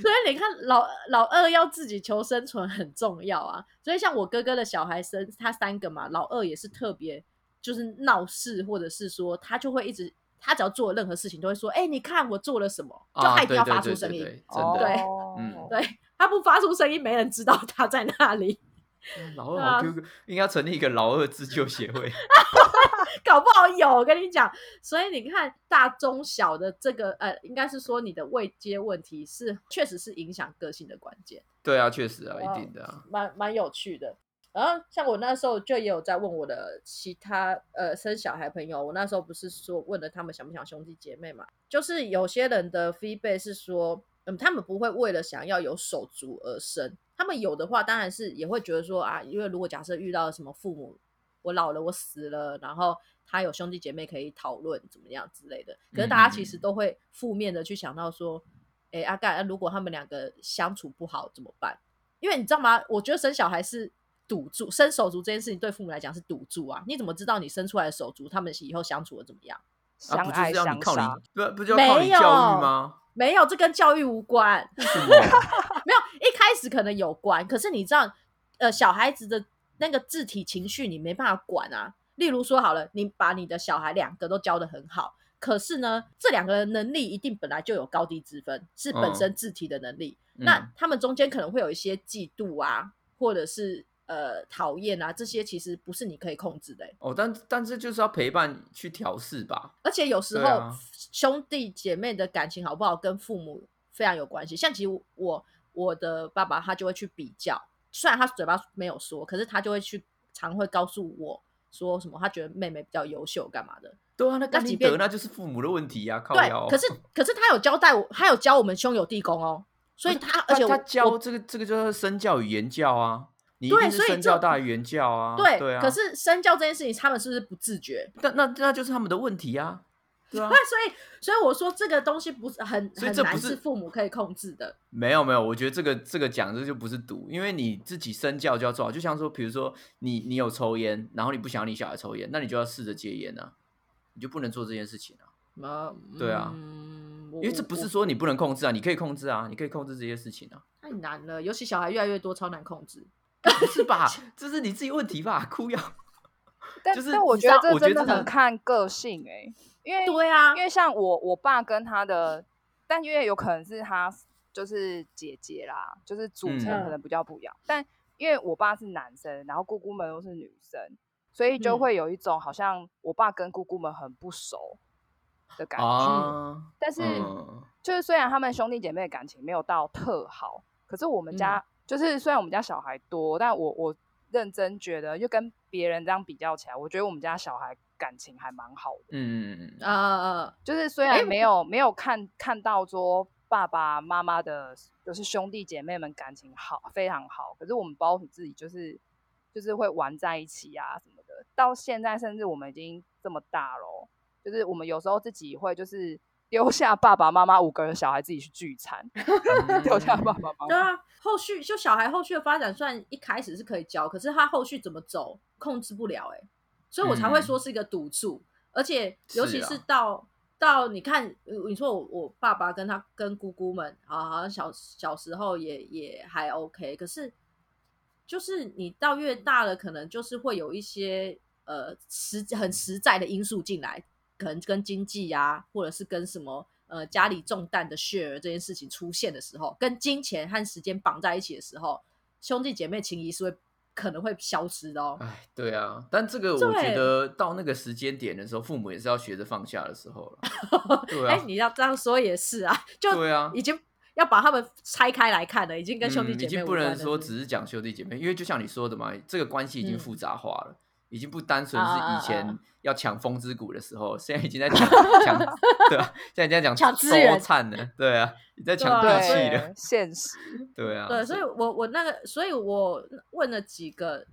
S1: 所以你看老老二要自己求生存很重要啊。所以像我哥哥的小孩生他三个嘛，老二也是特别就是闹事，或者是说他就会一直。他只要做任何事情，都会说：“哎、你看我做了什么？”就
S2: 啊，
S1: 他一定
S2: 对
S1: 要
S2: 对
S1: 发
S2: 对
S1: 出
S2: 对
S1: 声
S2: 对，
S1: 音， 哦
S2: 真的，
S1: 对
S3: 哦
S2: 嗯
S1: 对他不发出声音，没人知道他在哪里。
S2: 老二
S1: 对啊
S2: 好 QQ，应该成立一个老二自救协会。
S1: 搞不好有，我跟你讲。所以你看，大中小的这个呃，应该是说你的位阶问题是确实是影响个性的关键，
S2: 对啊，确实啊，
S1: 哇
S2: 一定的啊。
S1: 蛮蛮有趣的。然后像我那时候就也有在问我的其他呃生小孩朋友，我那时候不是说问了他们想不想兄弟姐妹嘛，就是有些人的 feedback 是说，嗯，他们不会为了想要有手足而生，他们有的话当然是也会觉得说啊，因为如果假设遇到什么父母我老了，我死了，然后他有兄弟姐妹可以讨论怎么样之类的。可是大家其实
S2: 嗯
S1: 都会负面的去想到说，哎、阿干、啊如果他们两个相处不好怎么办？因为你知道吗？我觉得生小孩是赌注，生手足这件事情对父母来讲是赌注啊。你怎么知道你生出来的手足他们以后相处的怎么样？
S2: 啊，
S3: 相
S2: 不就
S3: 爱
S2: 是要你
S3: 相
S2: 靠
S3: 杀
S2: 你，，不不就要靠
S1: 没
S2: 你
S1: 有
S2: 教育 吗？
S1: 没有，这跟教育无关。
S2: 为什么？
S1: 没有，一开始可能有关，可是你知道，呃，小孩子的那个肢体情绪你没办法管啊。例如说好了，你把你的小孩两个都教得很好，可是呢，这两个人能力一定本来就有高低之分，是本
S2: 嗯
S1: 身肢体的能力。
S2: 嗯
S1: 那他们中间可能会有一些嫉妒啊，或者是呃讨厌啊，这些其实不是你可以控制的欸、
S2: 哦，但但是就是要陪伴去调试吧。
S1: 而且有时
S2: 对
S1: 候、
S2: 啊
S1: 兄弟姐妹的感情好不好，跟父母非常有关系。像其实我我的爸爸他就会去比较，虽然他嘴巴没有说，可是他就会去常会告诉我说什么，他觉得妹妹比较优秀干嘛的。
S2: 对啊，那
S1: 那
S2: 甘
S1: 即
S2: 宁
S1: 便
S2: 德那就是父母的问题啊，靠
S1: 对
S2: 腰，。
S1: 可是可是他有交代我，他有教我们兄友弟恭哦，所以他而且我
S2: 他
S1: 我
S2: 教这个这个就是身教与言教啊，你一
S1: 对
S2: 定是
S1: 所以
S2: 身
S1: 这
S2: 教大于言教啊。
S1: 对
S2: 对啊，
S1: 可是身教这件事情，他们是不是不自觉？
S2: 那那那就是他们的问题啊。对啊
S1: 对，，所以所以我说这个东西不是很
S2: 所以
S1: 很
S2: 这
S1: 难
S2: 不是
S1: 是父母可以控制的。
S2: 没有没有，我觉得这个这个讲这就不是赌，因为你自己身教就要做好。就像说，比如说你你有抽烟，然后你不想要你小孩抽烟，那你就要试着戒烟啊，你就不能做这件事情啊，
S1: 啊，
S2: 对啊
S1: 嗯、因
S2: 因为这不是说你不能控制啊，你可以控制啊，你可以控制这些事情 啊，
S1: 太难了，尤其小孩越来越多，超难控制。
S2: 不是吧？这是你自己问题吧？哭要
S3: 但
S2: 就是
S3: 但我
S2: 你
S3: 觉
S2: 知
S3: 得
S2: 道
S3: 这
S2: 我觉
S3: 真
S2: 得
S3: 的
S2: 这
S3: 很
S2: 很
S3: 看个性哎、因为
S1: 对啊
S3: 因，为像我我爸跟他的，但因为有可能是他就是姐姐啦，就是组成可
S1: 嗯
S3: 能比较不一样。但因为我爸是男生，然后姑姑们又是女生，所以就
S1: 嗯
S3: 会有一种好像我爸跟姑姑们很不熟的
S1: 嗯
S3: 感觉。
S2: 啊，
S3: 但是、
S2: 嗯，
S3: 就是虽然他们兄弟姐妹的感情没有到特好，可是我们家、就是虽然我们家小孩多，但我我认真觉得，就跟别人这样比较起来，我觉得我们家小孩感情还蛮好的。
S2: 嗯嗯嗯，
S1: 啊啊
S3: 就是虽
S1: 诶
S3: 然没有、没有看看到说爸爸妈妈的，就是兄弟姐妹们感情好非常好，可是我们包括自己就是就是会玩在一起啊什么的。到现在甚至我们已经这么大了，就是我们有时候自己会就是丢下爸爸妈妈五个人小孩自己去聚餐，
S2: 嗯
S3: 丢下爸爸妈
S1: 对
S3: 妈。
S1: 啊，后续就小孩后续的发展，虽然一开始是可以教，可是他后续怎么走控制不了、欸，所以我才
S2: 嗯
S1: 会说是一个赌注，而且尤其
S2: 是
S1: 是
S2: 啊
S1: 到到你看，呃你说我我爸爸跟他跟姑姑们啊，好像小小时候也也还 OK，可是就是你到越大了，可能就是会有一些呃实很实在的因素进来，可能跟经济啊，或者是跟什么呃家里重担的 share 这件事情出现的时候，跟金钱和时间绑在一起的时候，兄弟姐妹情谊是会可能会消失的哦。
S2: 哎，对啊，但这个我
S1: 对
S2: 觉得到那个时间点的时候，父母也是要学着放下的时候了。 对
S1: 哎、
S2: 啊，
S1: 你要这样说也是啊， 就
S2: 对啊
S1: 已经要把他们拆开来看了，已经跟兄弟
S2: 嗯
S1: 姐
S2: 已
S1: 妹
S2: 经
S1: 无
S2: 不
S1: 关
S2: 能
S1: 了
S2: 说
S1: 是
S2: 只是讲兄弟姐妹，因为就像你说的嘛，这个关系已经
S1: 嗯
S2: 复杂化了，已经不单纯是
S1: 啊啊
S2: 以
S1: 啊
S2: 前要抢风之谷的时候，现在已 经在抢抢，对啊，现在已经在讲
S1: 抢资源
S2: 收灿了，对啊，你在抢
S1: 对啊
S2: 地
S1: 所以
S2: 气了，
S3: 对， 现实
S2: 对啊，
S1: 对，所以我我那个，所以我问了几个啊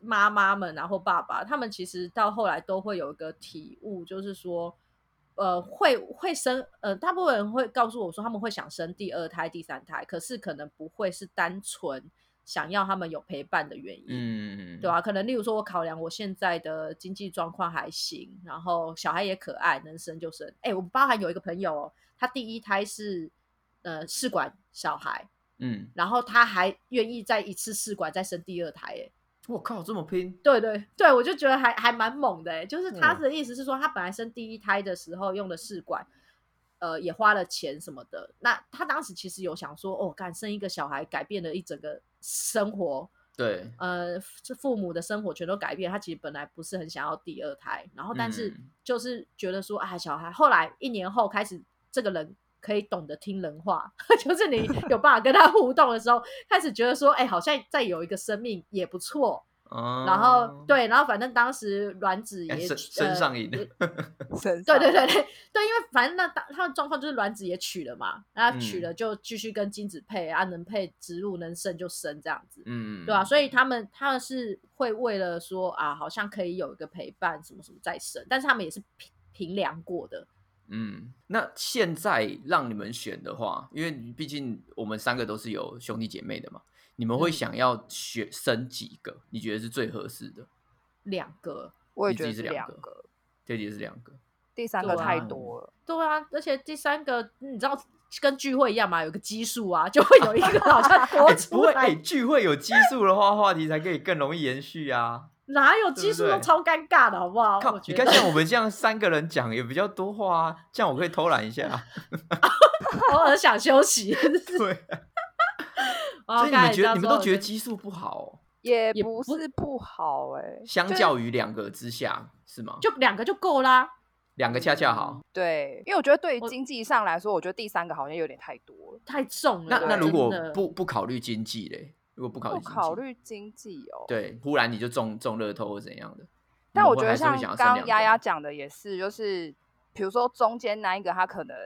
S1: 妈妈们，然后爸爸，他们其实到后来都会有一个体悟，就是说，呃，会会生，呃，大部分人会告诉我说他们会想生第二胎、第三胎，可是可能不会是单纯想要他们有陪伴的原因，
S2: 嗯，
S1: 对吧、啊可能例如说我考量我现在的经济状况还行，然后小孩也可爱，能生就生。哎，我包含有一个朋友、哦，他第一胎是呃试管小孩，
S2: 嗯，
S1: 然后他还愿意再一次试管再生第二胎，哎，
S2: 我靠，这么拼，
S1: 对对对，我就觉得还还蛮猛的欸就是他
S2: 嗯
S1: 的意思是说，他本来生第一胎的时候用的试管，呃，也花了钱什么的。那他当时其实有想说，哦，敢生一个小孩，改变了一整个生活，
S2: 对，
S1: 呃，这父母的生活全都改变。他其实本来不是很想要第二胎，然后但是
S2: 嗯
S1: 就是觉得说，哎，小孩。后来一年后开始，这个人可以懂得听人话， 就是 你有办法跟他互动的时候，开始觉得说，哎，好像再有一个生命也不错。然
S2: 然
S1: 后，对，然后反正当时卵子也
S2: 哦哎身
S1: 取
S2: 身
S1: 呃
S2: 上瘾
S1: 也
S3: 身
S1: 对
S3: 上
S1: 对对对对，因为反正那当他的状况就是卵子也取了嘛，然后取
S2: 嗯
S1: 了就继续跟精子配啊，能配植入能生就生这样子，
S2: 嗯，
S1: 对啊吧、所以他们他们是会为了说啊，好像可以有一个陪伴什么什么再生，但是他们也是评评量过的，
S2: 嗯，那现在让你们选的话，因为你毕竟我们三个都是有兄弟姐妹的嘛，你们会
S1: 嗯
S2: 想要选生几个？你觉得是最合适的？
S1: 两个，
S3: 我也
S2: 你
S3: 觉
S2: 自
S3: 得
S2: 己是
S3: 是
S2: 两
S3: 两
S2: 个
S3: 个，
S2: 这题是两个，
S3: 第三
S1: 对
S3: 个太
S2: 啊
S3: 多了。
S1: 对啊，而且第三个你知道跟聚会一样嘛，有个基数啊，就会有一个好像多
S2: 哎不
S1: 出
S2: 会
S1: 来
S2: 哎、聚会有基数的话，话题才可以更容易延续啊。
S1: 哪有
S2: 不
S1: 基数
S2: 对
S1: 都超尴尬的，好不好？哦
S2: 靠
S1: 我，觉
S2: 你
S1: 得
S2: 看像我们这样三个人讲也比较多话啊，这样我可以偷懒一 下。啊
S1: 偶尔想休 息。
S2: 对，
S1: 哦
S2: 所以你
S1: 刚才
S2: 们觉得
S1: 到
S2: 你们
S1: 时候
S2: 都觉得
S1: 就
S2: 基数不好哦、
S3: 也
S1: 也
S3: 不
S1: 不
S3: 是不好哎、
S2: 相
S3: 就是
S2: 较于两个之下是吗？
S1: 就嗯两个就够啦。
S2: 两个恰恰好。
S3: 对，因为我觉得对于
S1: 我
S3: 经济上来说，我觉得第三个好像有点太多了。
S1: 太重了。
S2: 那那如果
S1: 真的
S2: 不不考虑经济嘞，如果不考虑
S3: 不
S2: 经济
S3: 考虑经济哦，
S2: 对，忽然你就中中乐透或怎样的，
S3: 但
S2: 你
S3: 我
S2: 会
S3: 觉
S2: 嗯
S3: 得
S2: 还是会
S3: 像
S2: 想要生
S3: 刚
S2: 两
S3: 刚
S2: 个
S3: 丫丫
S2: 吗
S3: 讲的也是，就是比如说中间那一个，他可能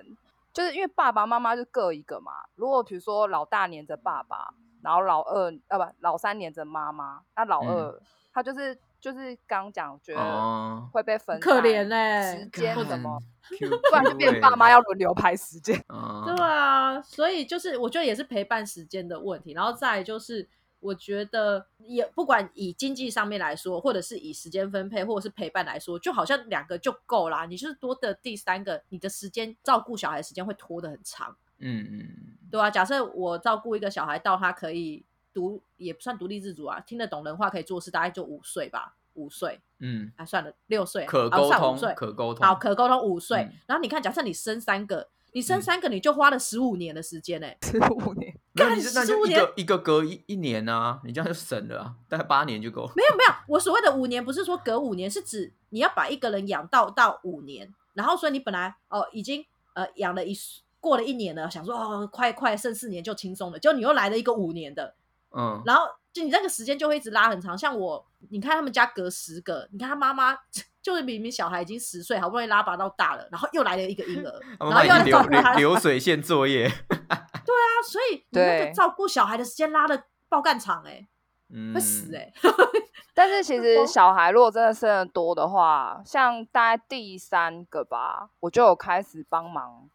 S3: 就是因为爸爸妈妈就各一个嘛。如果比如说老大黏着爸爸，然后老二呃不老三黏着妈妈，那老
S2: 嗯
S3: 二、他就是就是刚讲觉得
S2: 哦，
S3: 会被分
S1: 可
S3: 散
S1: 怜啊欸嘞
S3: 时间什么，
S2: 干
S3: 不然就变爸妈要轮流排时间。
S2: QQ 欸
S1: 对啊，所以就是我觉得也是陪伴时间的问题，然后再来就是。我觉得也不管以经济上面来说，或者是以时间分配，或者是陪伴来说，就好像两个就够啦。你就是多的第三个，你的时间照顾小孩的时间会拖得很长，
S2: 嗯嗯
S1: 对啊，假设我照顾一个小孩到他可以独，也不算独立自主啊，听得懂人话可以做事，大概就五岁吧，五岁
S2: 嗯，
S1: 啊，算了，六岁，
S2: 可
S1: 啊
S2: 沟
S1: 算五
S2: 通
S1: 岁，
S2: 可沟通，
S1: 好，可沟通五岁。
S2: 嗯
S1: 然后你看，假设你生三个，你
S2: 嗯
S1: 生三个，你就花了十五年的时间呢、欸
S3: 十五年，
S2: 没有
S1: 干
S2: 你是那
S1: 十
S2: 就
S1: 五
S2: 一
S1: 年
S2: 个一个隔一一年啊，你这样就省了啊，大概八年就够了。
S1: 没有没有，我所谓的五年不是说隔五年，是指你要把一个人养到到五年，然后所以你本来哦已经呃养了一过了一年了，想说哦快快剩四年就轻松了，结果你又来了一个五年的，
S2: 嗯，
S1: 然后就你那个时间就会一直拉很长。像我，你看他们家隔十个，你看他妈 妈就是明明小孩已经十岁，好不容易拉拔到大了，然后又来了一个婴儿，
S2: 他
S1: 然后
S2: 们帮
S1: 又要
S2: 你流
S1: 照顾
S2: 流
S1: 他
S2: 流水线作业，
S1: 啊，所以你那
S3: 对
S1: 个照顾小孩的时间拉的爆干长哎、
S2: 嗯，
S1: 会死 哎、
S3: 但是其实
S1: 疯
S3: 小孩如果真的生的多的话，像大概第三个吧，我就有开始帮忙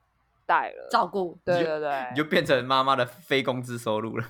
S3: 带了。
S1: 照顾。
S3: 对
S2: 你就
S3: 对对，
S2: 你就变成妈妈的非工资收入了。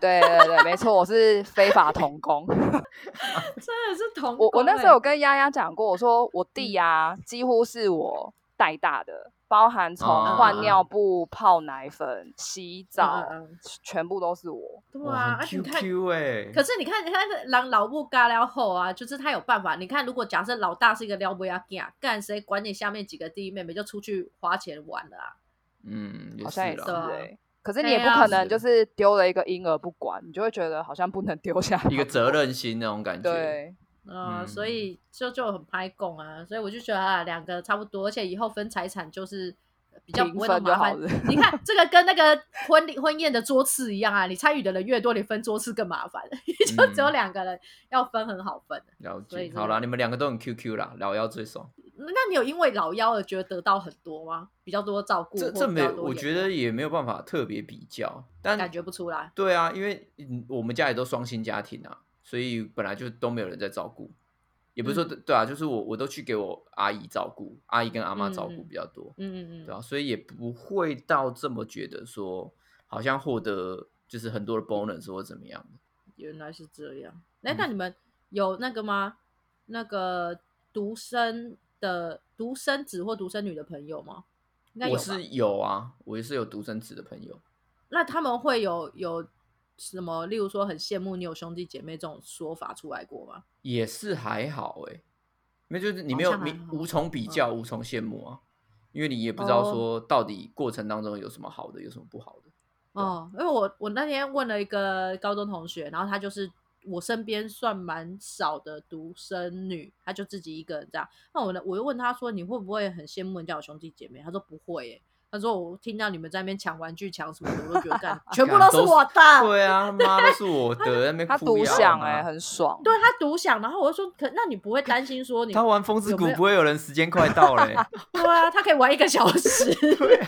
S3: 对对对，没错，我是非法童工。
S1: 真的是同
S3: 我我
S1: 工
S3: 那
S1: 欸嗯
S3: 时候有跟丫丫讲过，我说我弟呀、几乎是我带大的，包含从
S2: 哦
S3: 换尿布、泡奶粉、洗澡，
S1: 嗯嗯嗯
S3: 全部都是我。
S1: 对
S2: 哇
S1: 啊，
S2: 很
S1: 而且你看，
S2: ，QQ 哎，
S1: 可是你看，你看那狼老不嘎撩后啊，就是他有办法。你看，如果假设老大是一个撩不呀干，干谁管你下面几个弟弟妹妹就出去花钱玩了啊？
S2: 嗯，也
S3: 好像也
S2: 啦
S3: 是
S1: 对啊
S3: 哎、可是你
S1: 哎
S3: 也不
S1: 呀
S3: 可
S2: 是
S3: 能就是丢了一个婴儿不管，你就会觉得好像不能丢下
S2: 一个责任心那种感觉。
S3: 对，
S1: 呃，
S2: 嗯
S1: 所以就就很拍供啊，所以我就觉得啊，两个差不多，而且以后分财产就是比较
S3: 平
S1: 不会那
S3: 分
S1: 么
S3: 就
S1: 麻
S3: 好
S1: 烦。
S3: 了。
S1: 你看这个跟那个婚礼婚宴的桌次一样啊，你参与的人越多，你分桌次更麻烦， 就只有
S2: 嗯
S1: 两个人要分很好分。
S2: 了
S1: 所以
S2: 解。
S1: 真
S2: 好
S1: 的
S2: 啦，你们两个都很 QQ 啦，老幺最爽。
S1: 那你有因为老幺而觉得得到很多吗？比较多照顾或
S2: 这
S1: 比较多眼
S2: 这
S1: 光？
S2: 没有，我觉得也没有办法特别比较，但
S1: 感觉不出来。
S2: 对啊，因为嗯我们家也都双薪家庭啊，所以本来就都没有人在照顾，也不是说对啊，就是我我都去给我阿姨照顾，阿姨跟阿妈照顾
S1: 嗯
S2: 比较多，
S1: 嗯嗯
S2: 对啊，所以也不会到这么觉得说好像获得就是很多的 bonus 或怎么样的。
S1: 原来是这样。哎、
S2: 嗯
S1: 那你们有那个吗？那个独生的独生子或独生女的朋友吗？应该有
S2: 我
S1: 吧。
S2: 是有啊，我也是有独生子的朋友，
S1: 那他们会有有什么？例如说，很羡慕你有兄弟姐妹这种说法出来过吗？
S2: 也是还好哎、欸，那就是你
S1: 好
S2: 没有
S1: 像哦还
S2: 你
S1: 好嗯
S2: 无从比较，无从羡慕啊，因为你也不知道
S1: 哦
S2: 说到底过程当中有什么好的，有什么不好的。对
S1: 哦，因为我我那天问了一个高中同学，然后她就是我身边算蛮少的独生女，她就自己一个人这样。那我呢，我又问她说，你会不会很羡慕人家有兄弟姐妹？她说不会耶。她说我听到你们在那边抢玩具、抢什么的，我都觉得干， 全部都
S2: 干
S1: 是
S2: 都是
S1: 我的。
S2: 对啊，妈都是我的，在那边
S3: 他
S2: 哭啊
S3: 独
S2: 呀
S3: 享
S2: 妈
S1: 欸
S3: 哎、很爽。
S1: 对啊她独享，然后我就说，可那你不会担心说你
S2: 他玩风之
S1: 有
S2: 谷
S1: 没有
S2: 不会有人时间快到 嘞、
S1: 对啊，他可以玩一个小时。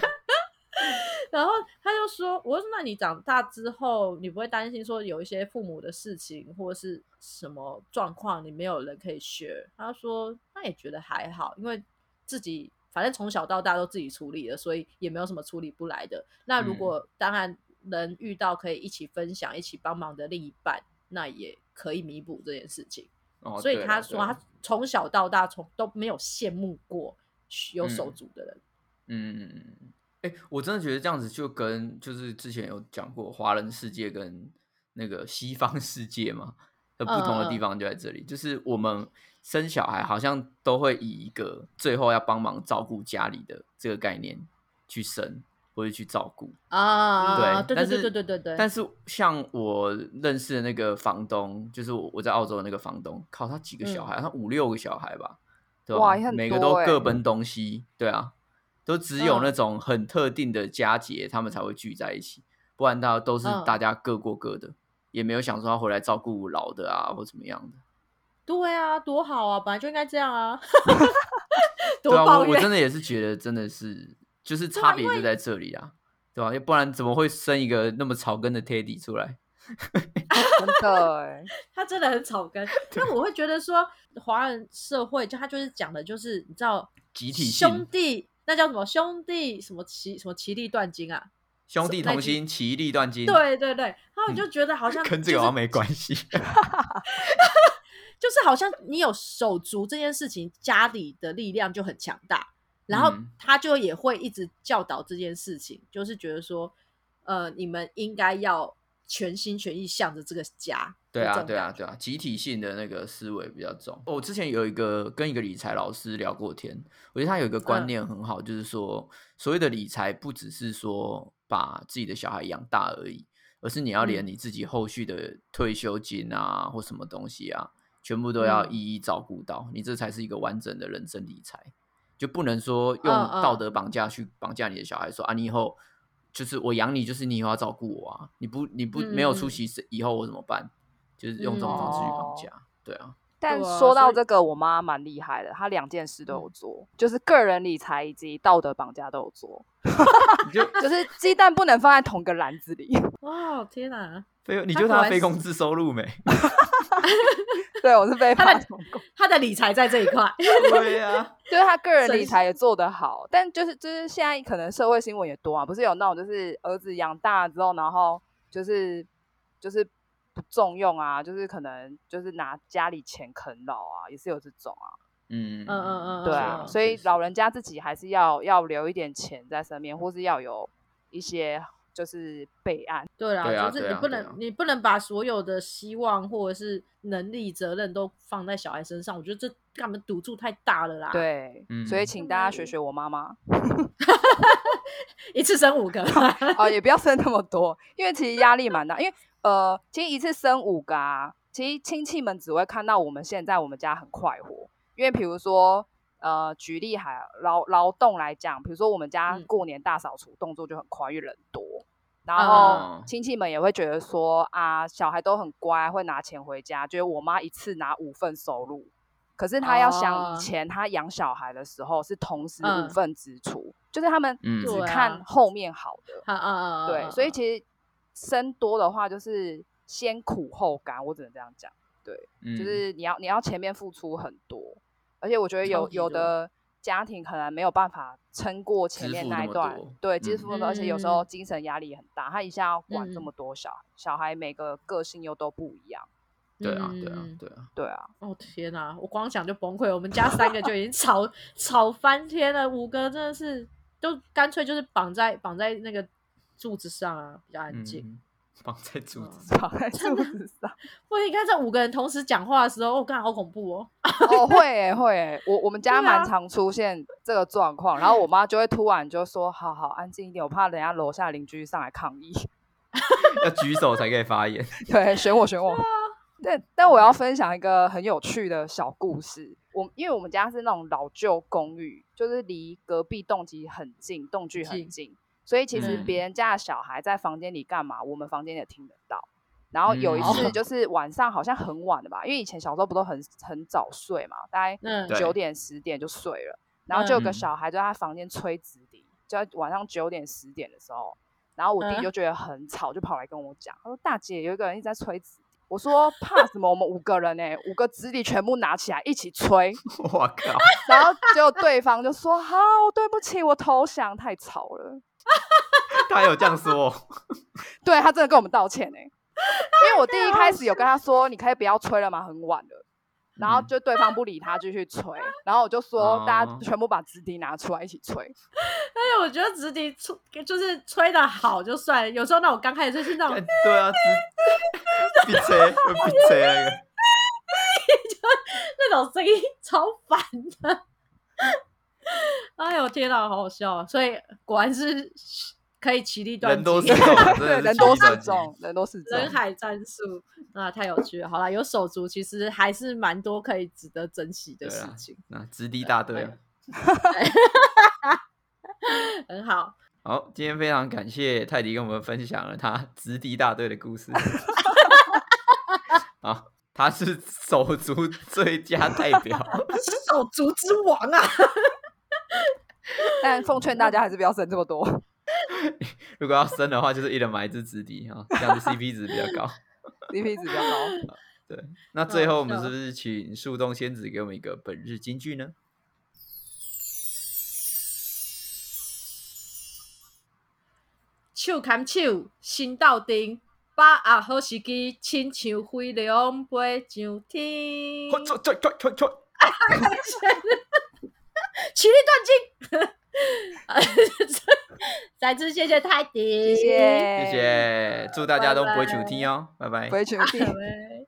S1: 然后他就说：“我就说那你长大之后，你不会担心说有一些父母的事情或者是什么状况，你没有人可以学？”他说：“那也觉得还好，因为自己反正从小到大都自己处理的，所以也没有什么处理不来的。那如
S2: 嗯
S1: 果当然能遇到可以一起分享、一起帮忙的另一半，那也可以弥补这件事情。”
S2: 哦，
S1: 所以
S2: 对
S1: 他
S2: 啦
S1: 说
S2: 对
S1: 他
S2: 啦
S1: 从小到大从都没有羡慕过有手足的人。
S2: 嗯，哎、我真的觉得这样子就跟就是之前有讲过华人世界跟那个西方 世界嘛的不同的
S1: 嗯嗯
S2: 地
S1: 嗯
S2: 方就在这里，就是我们生小孩好像都会以一个最后要帮忙照顾家里的这个概念去生或者去照顾，
S1: 啊，
S2: 对
S1: 对
S2: 但
S1: 对
S2: 是
S1: 对对对对，
S2: 但是像我认识的那个房东，就是我我在澳洲的那个房东，靠他几个
S1: 嗯
S2: 小孩，他五六个小孩吧，对吧？
S3: 哇也很
S2: 每个
S3: 多
S2: 都
S3: 欸
S2: 各奔东西，对啊，都只有
S1: 嗯
S2: 那种很特定的佳节，他们才会聚在一起，不然大家都是
S1: 嗯
S2: 大家各过各的，也没有想说要回来照顾老的啊或怎么样的。
S1: 对啊，多好啊，本来就应该这样 啊，多
S2: 对啊，
S1: 抱
S2: 我我
S1: 怨
S2: 真的也是觉得真的是，就是差别就在这里啊，对吧、要不然怎么会生一个那么草根的 Teddy 出来？
S3: 真的 哎、
S1: 他真的很草 根。那我会觉得说，华人社会就他就是讲的，就是你知道
S2: 集体性
S1: 兄弟，那叫什么兄弟什么其什么其利断金啊？
S2: 兄弟
S1: 那
S2: 同
S1: 集
S2: 心，其利断金。嗯
S1: 对对对，然后我就觉得好像
S2: 跟这
S1: 就
S2: 个好
S1: 是
S2: 像没关系。
S1: 就是好像你有手足这件事情，家里的力量就很强大，然后
S2: 嗯
S1: 他就也会一直教导这件事情，就是觉得说，呃，你们应该要全心全意向着这个家。
S2: 对
S1: 这
S2: 啊，
S1: 种
S2: 对啊，
S1: 感觉
S2: 对啊，集体性的那个思维比较重。哦我之前有一个跟一个理财老师聊过天，我觉得他有一个观
S1: 嗯
S2: 念很好，就是说所谓的理财不只是说把自己的小孩养大而已，而是你要连
S1: 嗯
S2: 你自己后续的退休金啊或什么东西啊，全部都要
S1: 嗯
S2: 一一照顾到，你这才是一个完整的人生理财。就不能说用
S1: 嗯嗯
S2: 道德绑架去绑架你的小孩说啊，你以后就是我养你，就是你以后要照顾我啊，你不你不
S1: 嗯
S2: 没有
S1: 嗯
S2: 出
S1: 嗯
S2: 息，是以后我怎么办？就是用这种方式去绑架，对啊，
S3: 但
S1: 对啊
S3: 说到
S1: 所以嗯
S3: 这个，我妈蛮厉害的，她两件事都有做，就是个人理财以及道德绑架都有做，
S2: 你就
S3: 就是鸡蛋不能放在同个篮子里。
S1: 哇，天哪！
S2: 非你
S1: 他
S2: 就
S1: 果
S2: 他
S1: 然
S2: 非
S1: 是
S2: 工资收入没？
S3: 对，我是被
S1: 她的
S3: 怕成功，
S1: 他的理财在这一块，
S2: 对啊，
S3: 就是她个人
S1: 神
S3: 理财也做得好，但就是就是现在可能社会新闻也多啊，不是有那种就是儿子养大之后，然后就是就是不重用啊，就是可能就是拿家里钱啃老啊，也是有这种啊，
S2: 嗯
S1: 嗯嗯嗯
S3: 对
S1: 嗯
S3: 啊，所以老人家自己还是要要留一点钱在身边，或是要有一些就是备案。
S1: 对啦，
S2: 对啊
S1: 就是
S2: 对
S1: 你
S2: 啊
S1: 不
S2: 对
S1: 能、
S2: 啊
S1: 你不能把所有的希望或者是能力、责任都放在小孩身上，我觉得这干嘛赌注太大了
S3: 啊
S1: 啦。，
S3: 对，所以
S2: 嗯
S3: 请大家
S1: 嗯
S3: 学学我妈妈
S1: 一次生五个，
S3: 啊，也不要生那么多，因为其实压力蛮大。因为呃，其实一次生五个啊，其实亲戚们只会看到我们现在我们家很快活，因为比如说。呃，举例还劳劳动来讲，比如说我们家
S1: 嗯
S3: 过年大扫除动作就很快，因为人多，然
S2: 哦
S1: 嗯
S3: 后亲戚们也会觉得说啊，小孩都很乖，会拿钱回家，觉得我妈一次拿五份收入，可是她要想
S1: 哦
S3: 以前她养小孩的时候是同时
S1: 嗯
S3: 五份支出，就是他们
S2: 嗯
S3: 只
S1: 对啊
S3: 看后面好的，
S1: 啊啊啊啊！
S3: 对，所以
S1: 实
S3: 其实生多的话就是先苦后甘，我只能这样讲。对，
S2: 嗯
S3: 就是你要你要前面付出很多，而且我觉得
S1: 超
S3: 有
S1: 级
S3: 有
S1: 多
S3: 的家庭可能没有办法撑过前
S2: 支
S3: 面
S2: 付
S3: 那
S2: 那
S3: 一
S2: 么
S3: 段
S2: 多，
S3: 对，支
S2: 嗯
S3: 付那么多而且有时候
S1: 嗯
S3: 精神压力也很大，他一下要管这
S1: 嗯
S3: 么多小孩，小孩每个个性又都不一 样，
S2: 对啊，对啊
S1: 嗯，
S2: 对啊，
S3: 对啊，
S1: 哦天哪、我光想就崩溃。我们家三个就已经吵 吵翻天了，五个真的是都干脆就是绑在绑在那个柱子上啊，比较安静。
S2: 嗯， 绑在柱子上，
S3: 绑在柱子 上。
S1: 不应该在五个人同时讲话的时候，我、哦、干好恐怖哦！
S3: 哦，会欸会欸，我我们
S1: 对
S3: 家
S1: 啊
S3: 蛮常出现这个状况，然后我妈就会突然就说：“好好安静一点，我怕等下楼下邻居上来抗议。
S2: 要举手才可以发言。”
S3: 对，选我选我。但但我要分享一个很有趣的小故事。我因为我们家是那种老旧公寓，就是离隔壁栋其实很近，栋距很
S1: 近
S3: 近，所以其实
S2: 嗯
S3: 别人家的小孩在房间里干嘛，我们房间也听得到。然后
S2: 嗯
S3: 有一次
S1: 哦
S3: 就是晚上好像很晚了吧，因为以前小时候不都很很早睡嘛，大概
S1: 嗯
S2: 对
S3: 九点十点就睡了，然后就有个
S2: 嗯
S3: 小孩就在他房间吹纸笛，就在晚上九点十点的时候，然后我弟
S1: 嗯
S3: 就觉得很吵，就跑来跟我讲，他说：“大姐，有一个人一直在吹纸笛。”我说：“怕什么？我们五个人呢、欸五个纸笛全部拿起来一起吹。
S2: 我靠，”
S3: 然后结果对方就说：“好，对不起，我投降，太吵了。
S2: 他有这样说，
S3: 对”他真的跟我们道歉呢、欸因为我弟一开始有跟他说：“你可以不要吹了吗？很晚了。”然后
S2: 嗯
S3: 就对方不理他，继续吹。然后我就说：“大家
S2: 哦
S3: 全部把纸笛拿出来一起吹。”
S1: 但是我觉得直笛吹就是吹的好就算了，有时候那我刚开始就是那种
S2: 干对啊， 直比车，比车那 个。
S1: 那种声音超烦的。 哎呦天哪，好好笑啊！所以果然是可以骑力断
S2: 人
S1: 金，
S2: 多势众啊，真的
S3: 对，
S2: 是
S3: 人
S2: 骑
S3: 多
S2: 断
S3: 势
S2: 机
S3: 众，人多势众。
S1: 人海战术啊，太有趣了。好啦，有手足其实还是蛮多可以值得珍惜的
S2: 对
S1: 事
S2: 啊
S1: 情，
S2: 啊，直敌大队啊。
S1: 很好。
S2: 好，今天非常感谢泰迪跟我们分享了他 直敌大队的故事。 好，他是手足最佳代表。
S1: 手足之王啊！
S3: 但奉劝大家还是不要生这么多。
S2: 如果要生的话，就是一人买一只直敌啊，这样子 CP 值比较高。
S3: CP 值比较高。
S2: 对，那最后我们
S1: 好笑
S2: 是不是请树洞仙子给我们一个本日金句呢？
S1: 手牵手，心斗阵，把握好时机，亲像飞龙飞上天。
S2: 吼这这这这这
S1: 起立断金。 再次谢谢泰迪，
S3: 谢谢，
S2: 谢，谢，祝大家都不会
S1: 拜
S2: 求
S1: 拜
S2: 听哦，拜拜
S3: 不。会全
S1: 各位。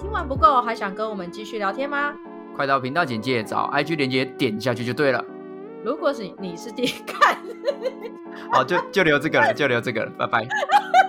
S1: 听完不够，还想跟我们继续聊天吗？
S2: 快到频道简介找 IG 连接点下去就对了。
S1: 如果是你是第一看，
S2: 好，就就留这个了，就留这个了，拜拜。